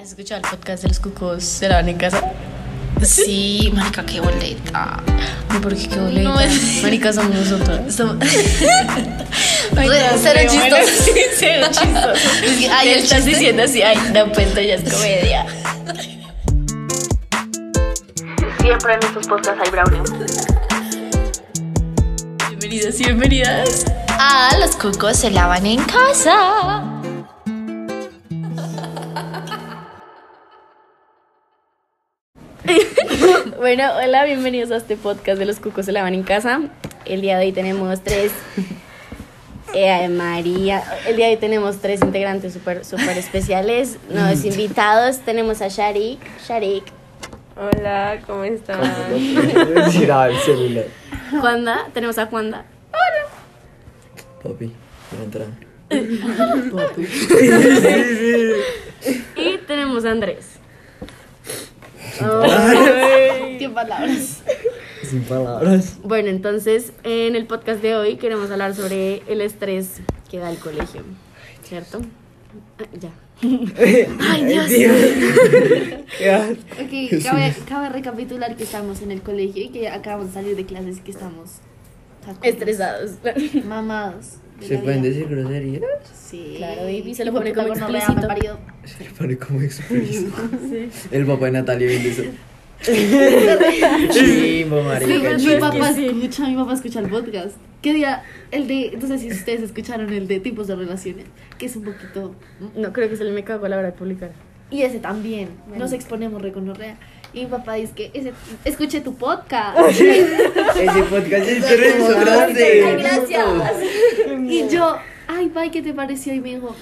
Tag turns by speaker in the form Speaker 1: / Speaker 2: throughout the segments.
Speaker 1: escuchar el podcast de los cucos? ¿Se lavan en casa?
Speaker 2: Sí, marica, qué boleta.
Speaker 1: No, porque qué boleta.
Speaker 2: No, es-
Speaker 1: Marica, somos nosotros.
Speaker 2: Estamos...
Speaker 1: Ay,
Speaker 2: Re-
Speaker 1: no,
Speaker 2: cero
Speaker 1: pero bueno,
Speaker 2: chistoso.
Speaker 1: sí, cero chistoso.
Speaker 2: Es que, ay,
Speaker 1: Te
Speaker 2: el
Speaker 1: estás
Speaker 2: chiste.
Speaker 1: diciendo así, ay, no, pues esto ya es comedia.
Speaker 3: Siempre en estos podcasts hay brownie.
Speaker 1: Bienvenidas y bienvenidas.
Speaker 2: Ah, los cucos se lavan en casa.
Speaker 1: Bueno, hola, bienvenidos a este podcast de los cucos se lavan en casa. El día de hoy tenemos tres. eh, María, el día de hoy tenemos tres integrantes súper super especiales, nuevos invitados. Tenemos a Sharik. Sharik,
Speaker 3: Hola, ¿cómo están?
Speaker 4: Tiraba el celular.
Speaker 1: Juanda, tenemos a Juanda.
Speaker 4: Papi, voy a entrar.
Speaker 1: Y tenemos a Andrés. ¿Qué palabras?
Speaker 4: Sin palabras.
Speaker 1: Bueno, entonces en el podcast de hoy queremos hablar sobre el estrés que da el colegio, ¿cierto? Ah, ya.
Speaker 5: Ay, Dios.
Speaker 4: Qué asco.
Speaker 5: Ok, cabe, cabe recapitular que estamos en el colegio y que acabamos de salir de clases y que estamos sacudidos,
Speaker 1: Estresados.
Speaker 5: Mamados. de
Speaker 4: ¿Se
Speaker 5: la
Speaker 4: pueden
Speaker 5: vida.
Speaker 4: decir groserías?
Speaker 5: Sí.
Speaker 1: Claro, baby, se lo
Speaker 5: Hijo
Speaker 1: pone
Speaker 5: puta
Speaker 1: como
Speaker 5: gonorrea,
Speaker 1: explícito.
Speaker 5: me parió.
Speaker 4: Se le pone como expreso. El papá de Natalia viendo eso. Chimbo,
Speaker 5: Sí,
Speaker 4: marica.
Speaker 5: mi
Speaker 4: chimbo.
Speaker 5: papá escucha, mi papá escucha el podcast. ¿Qué día? El de, entonces si ustedes escucharon el de tipos de relaciones, que es un poquito...
Speaker 1: No, creo que se le me cagó a la hora de publicar.
Speaker 5: Y ese también, nos exponemos reconorrea. Y mi papá dice que ese, escuché tu podcast.
Speaker 4: Ese podcast es expreso,
Speaker 5: Ay,
Speaker 4: grande.
Speaker 5: gracias. Y yo, ay, bye, ¿qué te pareció? Y me dijo,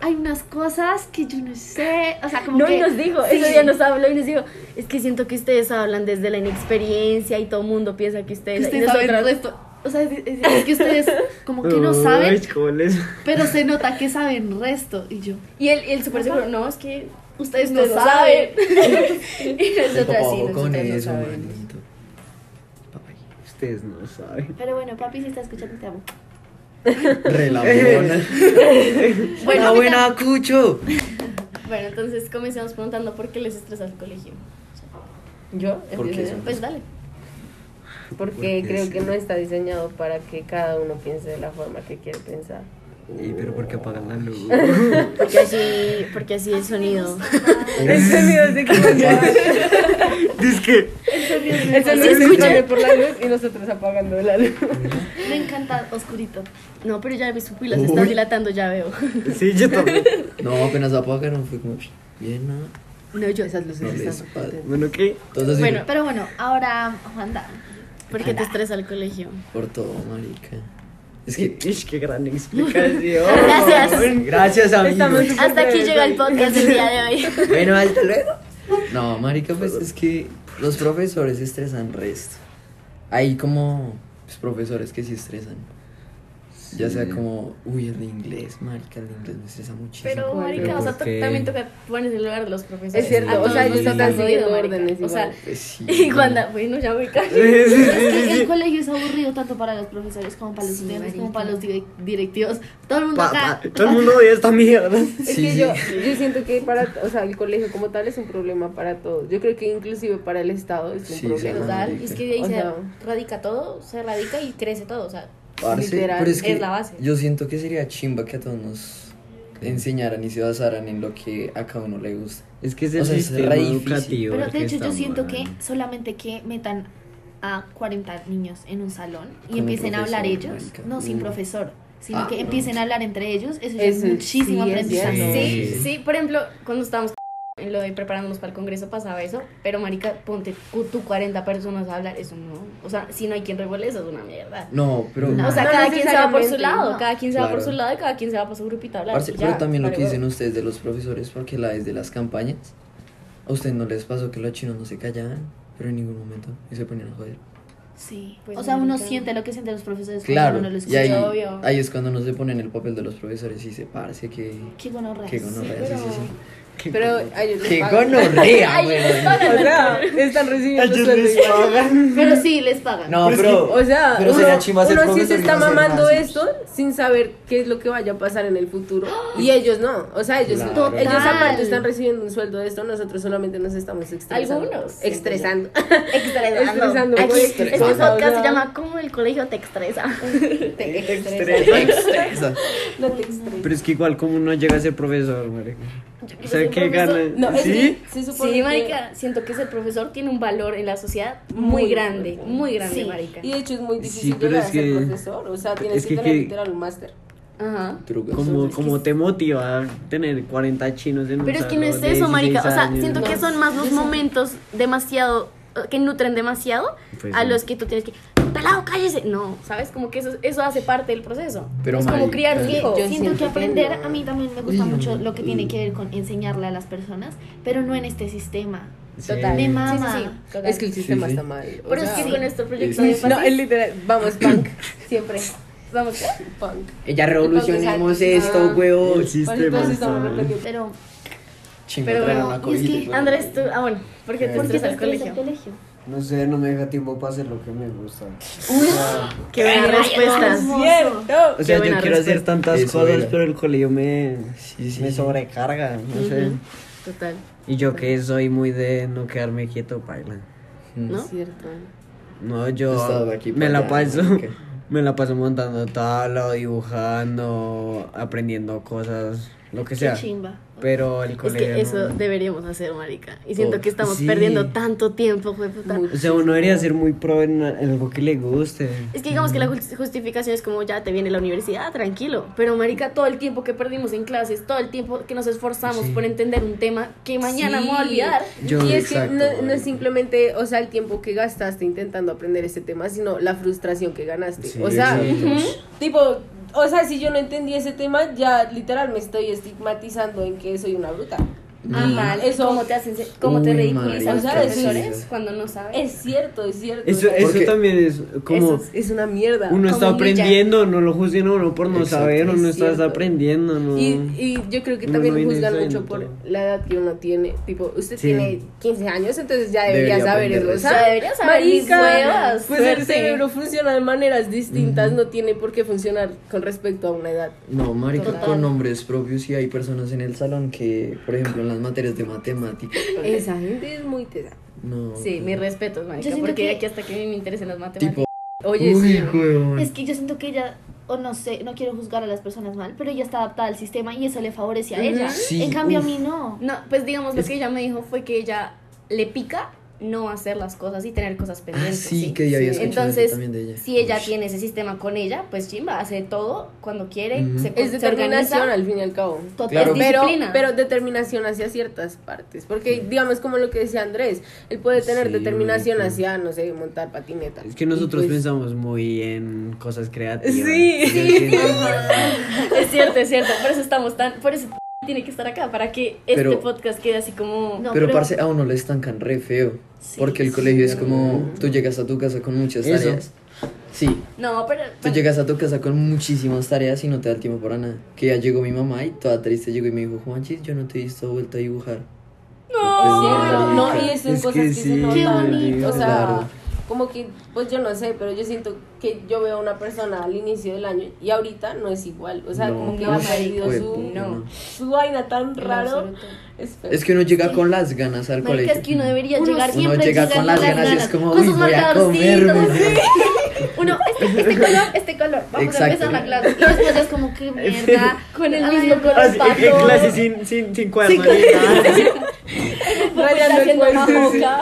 Speaker 5: hay unas cosas que yo no sé. O sea, como
Speaker 1: No,
Speaker 5: que.
Speaker 1: y nos dijo,
Speaker 5: Sí.
Speaker 1: ese día nos habló y nos dijo, es que siento que ustedes hablan desde la inexperiencia y todo el mundo piensa que
Speaker 5: que
Speaker 1: ustedes... y
Speaker 5: Ustedes saben
Speaker 1: nosotras-
Speaker 5: resto. O sea, es, es- es que ustedes como que no saben,
Speaker 4: ¿Cómo les?
Speaker 5: pero se nota que saben resto. Y yo,
Speaker 1: Y él, él súper seguro, no, es que
Speaker 5: ustedes no
Speaker 1: ustedes no
Speaker 5: saben.
Speaker 1: saben. y
Speaker 4: El papá
Speaker 1: nosotras sí,
Speaker 4: bocón
Speaker 1: nosotras no
Speaker 4: eso,
Speaker 1: sabemos.
Speaker 4: manito. Papi, ustedes no saben.
Speaker 5: Pero bueno, papi, si está escuchando, te amo.
Speaker 4: Relambona.
Speaker 1: Bueno,
Speaker 4: Buena, buena, cucho.
Speaker 1: Bueno, entonces comencemos preguntando por qué les estresa el colegio.
Speaker 6: Yo,
Speaker 4: ¿Por qué?
Speaker 6: empiezo
Speaker 1: Pues dale.
Speaker 6: yo.
Speaker 4: Porque
Speaker 6: porque creo
Speaker 4: sí.
Speaker 6: que no está diseñado para que cada uno piense de la forma que quiere pensar.
Speaker 7: ¿Y pero por qué apagan la luz?
Speaker 1: Porque así, porque así el sonido.
Speaker 7: Dice que
Speaker 6: Eso no
Speaker 1: ¿Se
Speaker 6: se
Speaker 1: escucha?
Speaker 6: esconde por la luz y nosotros apagando la luz.
Speaker 5: Me encanta oscurito.
Speaker 1: No, pero ya mis pupilas se están
Speaker 4: Uy.
Speaker 1: dilatando, ya veo.
Speaker 7: Sí, yo también.
Speaker 4: No, apenas apagaron, fue como. Bien, no.
Speaker 1: No, yo.
Speaker 4: No les pasa.
Speaker 7: Bueno, ¿qué?
Speaker 4: Entonces,
Speaker 1: Bueno,
Speaker 5: Pero bueno, ahora, Juanda.
Speaker 1: ¿Por qué te estresa el colegio?
Speaker 4: Por todo, marica. Es que.
Speaker 7: Ish, qué gran explicación.
Speaker 1: Gracias.
Speaker 4: Gracias,
Speaker 6: Estamos
Speaker 4: amigos.
Speaker 6: súper
Speaker 1: Hasta aquí
Speaker 6: breves
Speaker 1: llega el
Speaker 6: hoy.
Speaker 1: podcast del día de hoy.
Speaker 4: Bueno, hasta luego. No, marica, pues es que los profesores se estresan resto. Hay como pues, profesores que se estresan. Ya sea como, uy, el de inglés, marica, el de inglés me estresa muchísimo. pues,
Speaker 1: Pero, marica,
Speaker 7: Pero
Speaker 1: o sea,
Speaker 7: ¿por
Speaker 1: to-
Speaker 7: qué?
Speaker 1: también toca ponerse en el lugar de los profesores.
Speaker 6: Es
Speaker 4: cierto,
Speaker 1: A
Speaker 4: o
Speaker 1: todos
Speaker 4: sea,
Speaker 1: nos
Speaker 4: ellos
Speaker 1: están
Speaker 4: están
Speaker 1: jodiendo,
Speaker 6: siguiendo
Speaker 1: marica.
Speaker 6: órdenes
Speaker 1: O sea,
Speaker 6: igual.
Speaker 4: Pues, sí,
Speaker 1: y cuando, bueno, ya me callo.
Speaker 7: Sí, sí,
Speaker 5: Es
Speaker 7: sí,
Speaker 5: que
Speaker 7: sí.
Speaker 5: el colegio es aburrido tanto para los profesores como para los
Speaker 1: Sí,
Speaker 5: estudiantes, como
Speaker 1: marica.
Speaker 5: para los direc- directivos. Todo el mundo
Speaker 7: Pa-
Speaker 5: acá.
Speaker 7: pa- Todo el mundo odia esta mierda.
Speaker 6: Es
Speaker 4: Sí,
Speaker 6: que
Speaker 4: sí.
Speaker 6: yo, yo siento que para, o sea, el colegio como tal es un problema para todos. Yo creo que inclusive para el Estado es un
Speaker 4: Sí,
Speaker 6: problema.
Speaker 4: sí.
Speaker 1: Total, y es que de ahí
Speaker 6: O
Speaker 1: se
Speaker 6: sea-
Speaker 1: radica todo, se radica y crece todo, o sea.
Speaker 4: Parce,
Speaker 6: Literal,
Speaker 4: pero es, que
Speaker 1: es la base.
Speaker 4: Yo siento que sería chimba que a todos nos enseñaran y se basaran en lo que a cada uno le gusta.
Speaker 7: Es que es
Speaker 4: O
Speaker 7: el
Speaker 4: sea, es
Speaker 7: sistema
Speaker 4: re difícil.
Speaker 7: educativo.
Speaker 5: Pero
Speaker 7: el
Speaker 5: de
Speaker 7: que
Speaker 5: hecho yo
Speaker 7: está
Speaker 5: siento
Speaker 7: mal.
Speaker 5: que solamente que metan a 40 niños en un salón y
Speaker 4: Con un
Speaker 5: empiecen a hablar
Speaker 4: profesor,
Speaker 5: ellos,
Speaker 4: marica.
Speaker 5: no sin
Speaker 4: Mm.
Speaker 5: profesor, sino
Speaker 4: Ah,
Speaker 5: que
Speaker 4: no.
Speaker 5: empiecen a hablar entre ellos, eso ya es
Speaker 6: Eso
Speaker 5: muchísimo
Speaker 6: sí es
Speaker 5: aprendizaje.
Speaker 6: cierto.
Speaker 1: Sí,
Speaker 4: Sí.
Speaker 1: sí, por ejemplo, cuando estábamos en lo de preparándonos para el congreso pasaba eso, pero marica, ponte cu- tú 40 personas a hablar, eso no. O sea, si no hay quien revuelve, eso es una mierda.
Speaker 4: No, pero.
Speaker 5: No.
Speaker 1: O sea,
Speaker 6: No
Speaker 1: cada quien se va por su
Speaker 6: necesariamente,
Speaker 1: lado,
Speaker 5: no.
Speaker 1: cada quien se va por
Speaker 4: Claro.
Speaker 1: su lado y cada quien se va por su grupito a hablar.
Speaker 4: Parce,
Speaker 1: ya,
Speaker 4: pero también lo
Speaker 1: vale,
Speaker 4: que
Speaker 1: huevo.
Speaker 4: dicen ustedes de los profesores, porque la vez de las campañas, a ustedes no les pasó que los chinos no se callaban, pero en ningún momento, y se ponían a joder.
Speaker 5: Sí.
Speaker 1: Pues
Speaker 5: o sea, uno
Speaker 1: marica.
Speaker 5: siente lo que sienten los profesores
Speaker 4: Claro,
Speaker 5: cuando uno lo
Speaker 4: y ahí,
Speaker 5: escucha.
Speaker 1: obvio.
Speaker 4: ahí es cuando no se pone en el papel de los profesores y se parece que...
Speaker 5: Qué gonorrea.
Speaker 4: Que gonorrea, sí, sí, sí.
Speaker 6: Pero a ellos les
Speaker 4: ¡Qué
Speaker 6: pagan.
Speaker 4: gonorrea,
Speaker 1: Ay, les
Speaker 4: güey!
Speaker 1: pagan.
Speaker 6: O sea, están recibiendo
Speaker 7: Ellos
Speaker 6: sueldo
Speaker 7: les
Speaker 6: igual.
Speaker 7: pagan.
Speaker 5: Pero sí, les pagan.
Speaker 4: No,
Speaker 7: Pero es
Speaker 4: pero.
Speaker 6: O sea,
Speaker 4: pero
Speaker 6: uno,
Speaker 4: sería chimba ser
Speaker 6: uno sí se
Speaker 4: profesor y
Speaker 6: está
Speaker 4: no ser
Speaker 6: mamando
Speaker 4: nazi.
Speaker 6: esto sin saber qué es lo que vaya a pasar en el futuro. Y ellos no. O sea, ellos,
Speaker 4: Claro.
Speaker 6: ellos
Speaker 5: Total.
Speaker 6: aparte están recibiendo un sueldo de esto, nosotros solamente nos estamos estresando.
Speaker 1: Algunos.
Speaker 6: Estresando.
Speaker 1: Estresando.
Speaker 6: Estresando,
Speaker 1: Aquí,
Speaker 6: güey,
Speaker 1: este
Speaker 6: estresando.
Speaker 1: podcast se llama ¿Cómo el colegio te estresa?
Speaker 7: Te
Speaker 4: Extresa.
Speaker 6: no te estreses.
Speaker 7: Pero es que igual como uno llega a ser profesor, marica. O sea,
Speaker 1: ser
Speaker 7: ¿qué
Speaker 1: profesor-
Speaker 7: gana?
Speaker 6: No, es
Speaker 7: ¿Sí?
Speaker 6: que se supone
Speaker 1: Sí,
Speaker 6: que-
Speaker 1: marica, siento que ser profesor tiene un valor en la sociedad muy,
Speaker 6: Muy
Speaker 1: grande,
Speaker 6: fuerte.
Speaker 1: muy grande,
Speaker 5: Sí.
Speaker 1: marica.
Speaker 6: Y de hecho es muy
Speaker 7: Sí,
Speaker 6: difícil
Speaker 7: pero
Speaker 6: llegar
Speaker 7: es
Speaker 6: a ser
Speaker 7: que-
Speaker 6: profesor. O sea, tienes
Speaker 7: es
Speaker 6: que,
Speaker 7: que-
Speaker 6: tener
Speaker 7: que-
Speaker 6: literal un máster.
Speaker 1: Ajá.
Speaker 4: Trucos.
Speaker 7: Como, como te motiva a tener 40 chinos en un
Speaker 1: Pero es que no es
Speaker 7: salón de
Speaker 1: eso, marica. O
Speaker 7: 16
Speaker 1: sea,
Speaker 7: años,
Speaker 1: siento
Speaker 7: ¿no?
Speaker 1: que son más los momentos demasiado eh, que nutren demasiado
Speaker 7: Pues
Speaker 1: a
Speaker 7: sí.
Speaker 1: los que tú tienes que pelado cállese no sabes como que eso eso hace parte del proceso
Speaker 4: Pero,
Speaker 1: es como
Speaker 4: marica,
Speaker 1: criar un
Speaker 4: yo
Speaker 1: hijo
Speaker 5: Yo siento
Speaker 6: siento
Speaker 5: que
Speaker 6: que
Speaker 5: aprender,
Speaker 6: no.
Speaker 5: a mí también me gusta
Speaker 4: Uy,
Speaker 5: mucho lo que tiene
Speaker 4: uy.
Speaker 5: que ver con enseñarle a las personas, pero no en este sistema.
Speaker 7: Sí.
Speaker 5: Me mama.
Speaker 1: Sí, sí, sí, total.
Speaker 6: Es que el sistema
Speaker 4: sí.
Speaker 6: está mal. o
Speaker 1: pero es
Speaker 6: sea-
Speaker 1: que con nuestro proyecto
Speaker 4: sí,
Speaker 1: de
Speaker 4: sí.
Speaker 1: paz-
Speaker 6: No, es literal. Vamos, punk. Siempre.
Speaker 1: vamos
Speaker 6: Punk.
Speaker 4: Ella revolucionemos
Speaker 6: Entonces,
Speaker 4: esto,
Speaker 6: ah.
Speaker 4: huevón.
Speaker 7: El sistema
Speaker 6: Entonces,
Speaker 7: está
Speaker 6: estamos
Speaker 7: mal.
Speaker 6: repitiendo.
Speaker 5: Pero,
Speaker 4: Chingo,
Speaker 1: Pero
Speaker 4: traer
Speaker 5: bueno,
Speaker 4: una
Speaker 5: y es
Speaker 4: cobijita
Speaker 5: que,
Speaker 4: y todo.
Speaker 1: Andrés tú ah bueno porque tú
Speaker 4: ¿Por qué
Speaker 1: entras
Speaker 5: ¿por
Speaker 1: al
Speaker 5: qué te
Speaker 1: colegio
Speaker 5: al colegio?
Speaker 7: No sé, no me deja tiempo para hacer lo que me gusta.
Speaker 1: qué buena
Speaker 5: Pues
Speaker 1: respuesta
Speaker 6: ¡Cierto!
Speaker 7: O sea, yo
Speaker 1: buena
Speaker 7: quiero hacer
Speaker 1: respuesta.
Speaker 7: tantas
Speaker 4: Eso
Speaker 7: cosas,
Speaker 4: era.
Speaker 7: pero el colegio me,
Speaker 4: Sí, sí,
Speaker 7: me
Speaker 4: sí.
Speaker 7: sobrecarga, no sé.
Speaker 1: total
Speaker 7: Y yo que soy muy de no quedarme quieto, paila.
Speaker 1: no
Speaker 6: Cierto.
Speaker 7: No,
Speaker 4: Estaba
Speaker 7: yo
Speaker 4: de aquí
Speaker 7: me
Speaker 4: para
Speaker 7: la
Speaker 4: allá,
Speaker 7: paso.
Speaker 4: ¿no? ¿Qué?
Speaker 7: Me la paso montando tabla, dibujando, aprendiendo cosas, lo que
Speaker 5: qué
Speaker 7: sea.
Speaker 5: chimba.
Speaker 7: Pero el
Speaker 1: es
Speaker 7: colegio.
Speaker 1: que eso
Speaker 7: no.
Speaker 1: deberíamos hacer marica y siento
Speaker 4: Oh,
Speaker 1: que estamos
Speaker 7: sí.
Speaker 1: perdiendo tanto tiempo jueputa.
Speaker 6: Muy
Speaker 7: O sea, uno debería ser muy pro en algo que le guste.
Speaker 1: Es que digamos que la ju- justificación es como ya te viene la universidad, tranquilo. Pero marica, todo el tiempo que perdimos en clases, todo el tiempo que nos esforzamos por entender un tema que mañana
Speaker 6: Sí.
Speaker 1: vamos a olvidar.
Speaker 7: Yo-
Speaker 6: y es
Speaker 7: exacto,
Speaker 6: que no, no
Speaker 7: marica.
Speaker 6: es simplemente, o sea, el tiempo que gastaste intentando aprender ese tema, sino la frustración que ganaste.
Speaker 7: Sí,
Speaker 6: o sea,
Speaker 7: exacto.
Speaker 6: tipo, o sea, si yo no entendí ese tema, ya literal me estoy estigmatizando en que soy una bruta.
Speaker 1: Ah, mal.
Speaker 6: Eso-
Speaker 1: ¿Cómo te hacen, se- cómo te
Speaker 4: Mm. Uy,
Speaker 1: ridiculizan los
Speaker 6: marica,
Speaker 1: profesores
Speaker 4: sí.
Speaker 1: cuando no saben?
Speaker 6: Es cierto, es cierto.
Speaker 7: Eso,
Speaker 6: o sea,
Speaker 7: eso
Speaker 4: Porque-
Speaker 7: también es como.
Speaker 6: eso es, es una mierda.
Speaker 7: uno está
Speaker 1: como humillan.
Speaker 7: aprendiendo, no lo juzguen a uno por no
Speaker 4: Exacto.
Speaker 7: saber,
Speaker 6: Es
Speaker 7: uno estás
Speaker 6: cierto.
Speaker 7: aprendiendo, no.
Speaker 6: Y, y yo creo que
Speaker 7: Mm. Uno
Speaker 6: también
Speaker 7: no viene
Speaker 6: juzgan
Speaker 7: sabiendo
Speaker 6: mucho por
Speaker 7: todo.
Speaker 6: la edad que uno tiene. Tipo, usted
Speaker 7: Sí.
Speaker 6: tiene 15 años, entonces ya debería,
Speaker 4: Debería
Speaker 6: saber
Speaker 4: aprender
Speaker 6: eso. O
Speaker 4: eso.
Speaker 6: sea,
Speaker 1: Ya debería saber mis huevas,
Speaker 6: pues
Speaker 1: suerte.
Speaker 6: el cerebro funciona de maneras distintas, no tiene por qué funcionar con respecto a una edad.
Speaker 4: No, marica,
Speaker 1: Total.
Speaker 4: con nombres propios y hay personas en el salón que, por ejemplo, en las materias de matemáticas.
Speaker 6: Esa gente es muy tesa.
Speaker 4: No.
Speaker 1: Sí, mis respetos, marica,
Speaker 5: Yo siento
Speaker 1: porque
Speaker 5: que-
Speaker 1: aquí hasta que me interesan las matemáticas.
Speaker 4: Tipo,
Speaker 6: Oye,
Speaker 4: uy,
Speaker 6: sí.
Speaker 4: huevón.
Speaker 5: Es que yo siento que ella, o no sé, no quiero juzgar a las personas mal, pero ella está adaptada al sistema y eso le favorece a ella.
Speaker 4: Sí,
Speaker 5: en cambio,
Speaker 4: uf.
Speaker 5: a mí no.
Speaker 1: No, pues digamos lo que ella me dijo fue que ella le pica no hacer las cosas y tener cosas
Speaker 4: Ah,
Speaker 1: pendientes.
Speaker 4: sí, que ya había
Speaker 1: Sí.
Speaker 4: escuchado eso
Speaker 1: Entonces,
Speaker 4: también de ella.
Speaker 1: Si ella
Speaker 4: Ush.
Speaker 1: tiene ese sistema con ella, pues chimba, hace todo cuando quiere, se,
Speaker 4: Ujú.
Speaker 6: Es
Speaker 1: se organiza.
Speaker 6: determinación al fin y al cabo.
Speaker 5: Total,
Speaker 4: Claro.
Speaker 5: es
Speaker 6: Pero,
Speaker 1: disciplina.
Speaker 6: pero determinación hacia ciertas partes. Porque, digamos, como lo que decía Andrés, él puede tener
Speaker 7: Sí,
Speaker 6: determinación
Speaker 7: marica.
Speaker 6: hacia, no sé, montar patineta.
Speaker 7: Es que
Speaker 6: Y
Speaker 7: nosotros
Speaker 6: pues-
Speaker 7: pensamos muy en cosas creativas.
Speaker 6: Sí.
Speaker 7: Yo siento que-
Speaker 1: Es cierto, es cierto. Por eso estamos tan. Por eso tiene que estar acá, para que este
Speaker 4: Pero-
Speaker 1: podcast quede así como.
Speaker 5: No,
Speaker 4: pero,
Speaker 5: pero-
Speaker 4: parce, a uno le estancan re feo. porque el colegio es como. Tú llegas a tu casa con muchas
Speaker 7: Eso.
Speaker 4: tareas. Sí,
Speaker 1: No, pero.
Speaker 4: tú llegas a tu casa con muchísimas tareas y no te da el tiempo para nada. Que ya llegó mi mamá y toda triste llegó y me dijo: Juanchis, yo no te he visto vuelta a dibujar. Pues,
Speaker 6: Sí,
Speaker 4: No,
Speaker 6: pero no, y eso
Speaker 7: Es
Speaker 6: es cosas
Speaker 7: que
Speaker 6: que, se
Speaker 7: sí,
Speaker 6: notan.
Speaker 7: Qué bonito.
Speaker 6: O sea,
Speaker 4: Claro.
Speaker 6: como que, pues yo no sé, pero yo siento que yo veo a una persona al inicio del año y ahorita no es igual. O sea,
Speaker 4: No,
Speaker 6: como que
Speaker 1: no,
Speaker 6: ha
Speaker 1: marica,
Speaker 6: perdido
Speaker 4: fue
Speaker 6: su,
Speaker 4: puta, no.
Speaker 6: su vaina tan
Speaker 1: En
Speaker 6: raro.
Speaker 1: absoluto.
Speaker 6: Es feo.
Speaker 4: Es que uno llega con las ganas al
Speaker 1: Marica,
Speaker 4: colegio.
Speaker 1: es que uno debería
Speaker 5: Uno
Speaker 1: llegar
Speaker 4: Uno
Speaker 1: siempre.
Speaker 4: llega con las ganas, y es como,
Speaker 1: con
Speaker 4: uy,
Speaker 1: sus
Speaker 4: voy a
Speaker 1: marcadorcitos,
Speaker 4: comerme.
Speaker 1: Uno, este, este color, este color. Vamos a
Speaker 4: Exacto.
Speaker 1: empezar la clase.
Speaker 5: Y después es como que mierda.
Speaker 1: Con el
Speaker 5: Ay,
Speaker 1: mismo color.
Speaker 7: Ah, sí,
Speaker 1: Pato.
Speaker 7: en clase sin, sin, sin cuerno. ni nada.
Speaker 1: Está
Speaker 6: Rayando el
Speaker 1: haciendo
Speaker 6: cuerpo,
Speaker 1: majoca.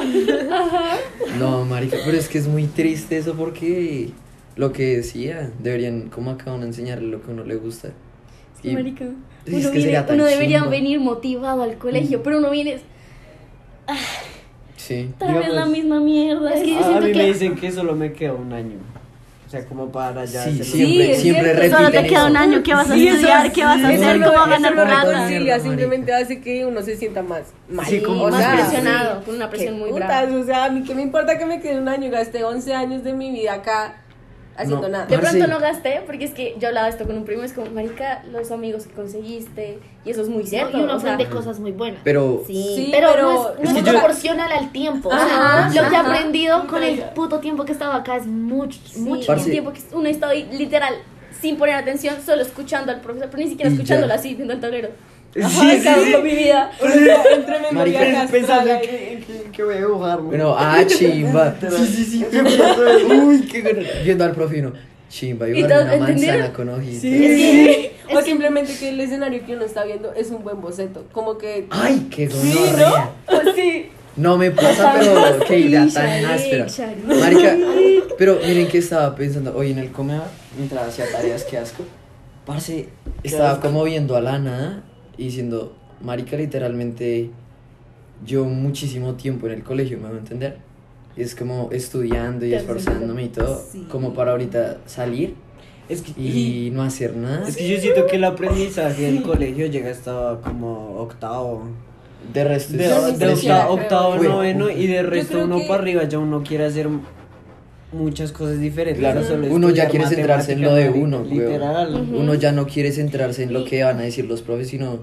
Speaker 4: No, marica, pero es que es muy triste eso porque lo que decía, deberían como acá uno enseñarle lo que a uno le gusta.
Speaker 1: Sí,
Speaker 4: Y-
Speaker 1: marica. Uno,
Speaker 4: es que sería
Speaker 1: viene-
Speaker 4: tan
Speaker 1: uno debería
Speaker 4: chimba.
Speaker 1: venir motivado al colegio, pero uno viene
Speaker 4: Sí.
Speaker 1: tal vez la
Speaker 7: Digamos-
Speaker 1: misma mierda.
Speaker 5: Es que yo
Speaker 7: A, a
Speaker 5: siento
Speaker 7: mí me
Speaker 5: que
Speaker 7: dicen que solo me queda un año. O sea, como para ya.
Speaker 4: Sí,
Speaker 7: hacerlo.
Speaker 4: siempre,
Speaker 6: es
Speaker 4: siempre
Speaker 6: cierto,
Speaker 4: repiten
Speaker 1: Solo te queda
Speaker 4: eso.
Speaker 1: un año, ¿qué vas a
Speaker 7: Sí, eso
Speaker 1: estudiar?
Speaker 7: sí,
Speaker 1: ¿Qué vas a
Speaker 7: eso
Speaker 1: hacer?
Speaker 7: no-
Speaker 1: ¿Cómo vas a
Speaker 6: eso
Speaker 1: ganar
Speaker 6: no
Speaker 1: plata?
Speaker 6: reconcilia,
Speaker 4: Marica.
Speaker 6: simplemente hace que uno se sienta más mal.
Speaker 7: Sí, como
Speaker 1: más
Speaker 7: sea,
Speaker 1: presionado, con una
Speaker 6: Qué
Speaker 1: presión muy
Speaker 6: putas,
Speaker 1: brava.
Speaker 6: O sea, a mí que me importa que me quede un año, gasté 11 años de mi vida acá haciendo
Speaker 4: No.
Speaker 6: nada.
Speaker 1: De
Speaker 4: Parce.
Speaker 1: pronto no gasté, porque es que yo hablaba esto con un primo, es como, marica, los amigos que conseguiste, y eso es muy
Speaker 5: Y
Speaker 1: cierto.
Speaker 5: uno
Speaker 1: o sea,
Speaker 5: aprende cosas muy buenas.
Speaker 4: Pero
Speaker 1: sí,
Speaker 6: Sí,
Speaker 5: pero,
Speaker 6: pero
Speaker 5: no es,
Speaker 6: es
Speaker 5: no
Speaker 4: que
Speaker 5: es
Speaker 4: yo-
Speaker 5: proporcional al tiempo. O sea,
Speaker 6: Ajá,
Speaker 5: lo que he
Speaker 6: ajá.
Speaker 5: aprendido con el puto tiempo que he estado acá es mucho,
Speaker 1: sí,
Speaker 5: mucho.
Speaker 4: Parce.
Speaker 1: el tiempo que uno está ahí, literal, sin poner atención, solo escuchando al profesor, pero ni siquiera
Speaker 4: Y ya.
Speaker 1: escuchándolo así, viendo el tablero.
Speaker 7: Sí, sí,
Speaker 1: Acabo
Speaker 7: sí.
Speaker 1: con mi vida.
Speaker 4: Marica,
Speaker 7: pensando en que, voy a dibujar.
Speaker 4: Bueno, ah, chimba. Sí, sí, sí. qué mierda. Uy, qué gana- Viendo al profe y uno, chimba,
Speaker 1: ¿Y
Speaker 4: yo
Speaker 1: todos
Speaker 4: una manzana
Speaker 1: entendieron?
Speaker 4: con hojitas.
Speaker 6: O simplemente que el escenario que uno está viendo es un buen boceto. Como que.
Speaker 4: Ay, qué gonorrea.
Speaker 6: Sí, ¿no? Pues sí.
Speaker 4: No me pasa, pero qué idea tan
Speaker 1: Charlie,
Speaker 4: áspera.
Speaker 1: Charlie.
Speaker 4: Marica, pero miren que estaba pensando hoy en el comedor mientras hacía tareas, qué asco. Parce, estaba como viendo a la nada y diciendo, Marica, literalmente, yo muchísimo tiempo en el colegio, me voy a entender. Y es como estudiando y
Speaker 1: Te
Speaker 4: esforzándome y todo,
Speaker 6: Sí.
Speaker 4: como para ahorita salir
Speaker 7: Es que,
Speaker 4: y no hacer nada.
Speaker 7: es que yo siento que el aprendizaje del colegio llega hasta como octavo.
Speaker 4: De resto,
Speaker 7: De,
Speaker 4: es
Speaker 6: ni
Speaker 7: de
Speaker 4: presión.
Speaker 6: siquiera
Speaker 7: octavo,
Speaker 6: creo.
Speaker 7: octavo
Speaker 4: Uy,
Speaker 7: noveno
Speaker 4: uy.
Speaker 7: y de resto
Speaker 6: creo
Speaker 7: uno
Speaker 6: que-
Speaker 7: para arriba ya uno quiere hacer muchas cosas diferentes.
Speaker 4: Claro,
Speaker 7: no solo
Speaker 4: uno ya
Speaker 7: estudiar
Speaker 4: quiere centrarse en lo de
Speaker 7: matemáticas,
Speaker 4: uno, güey.
Speaker 7: Literal.
Speaker 4: Uno ya no quiere centrarse en lo que van a decir los profes, sino,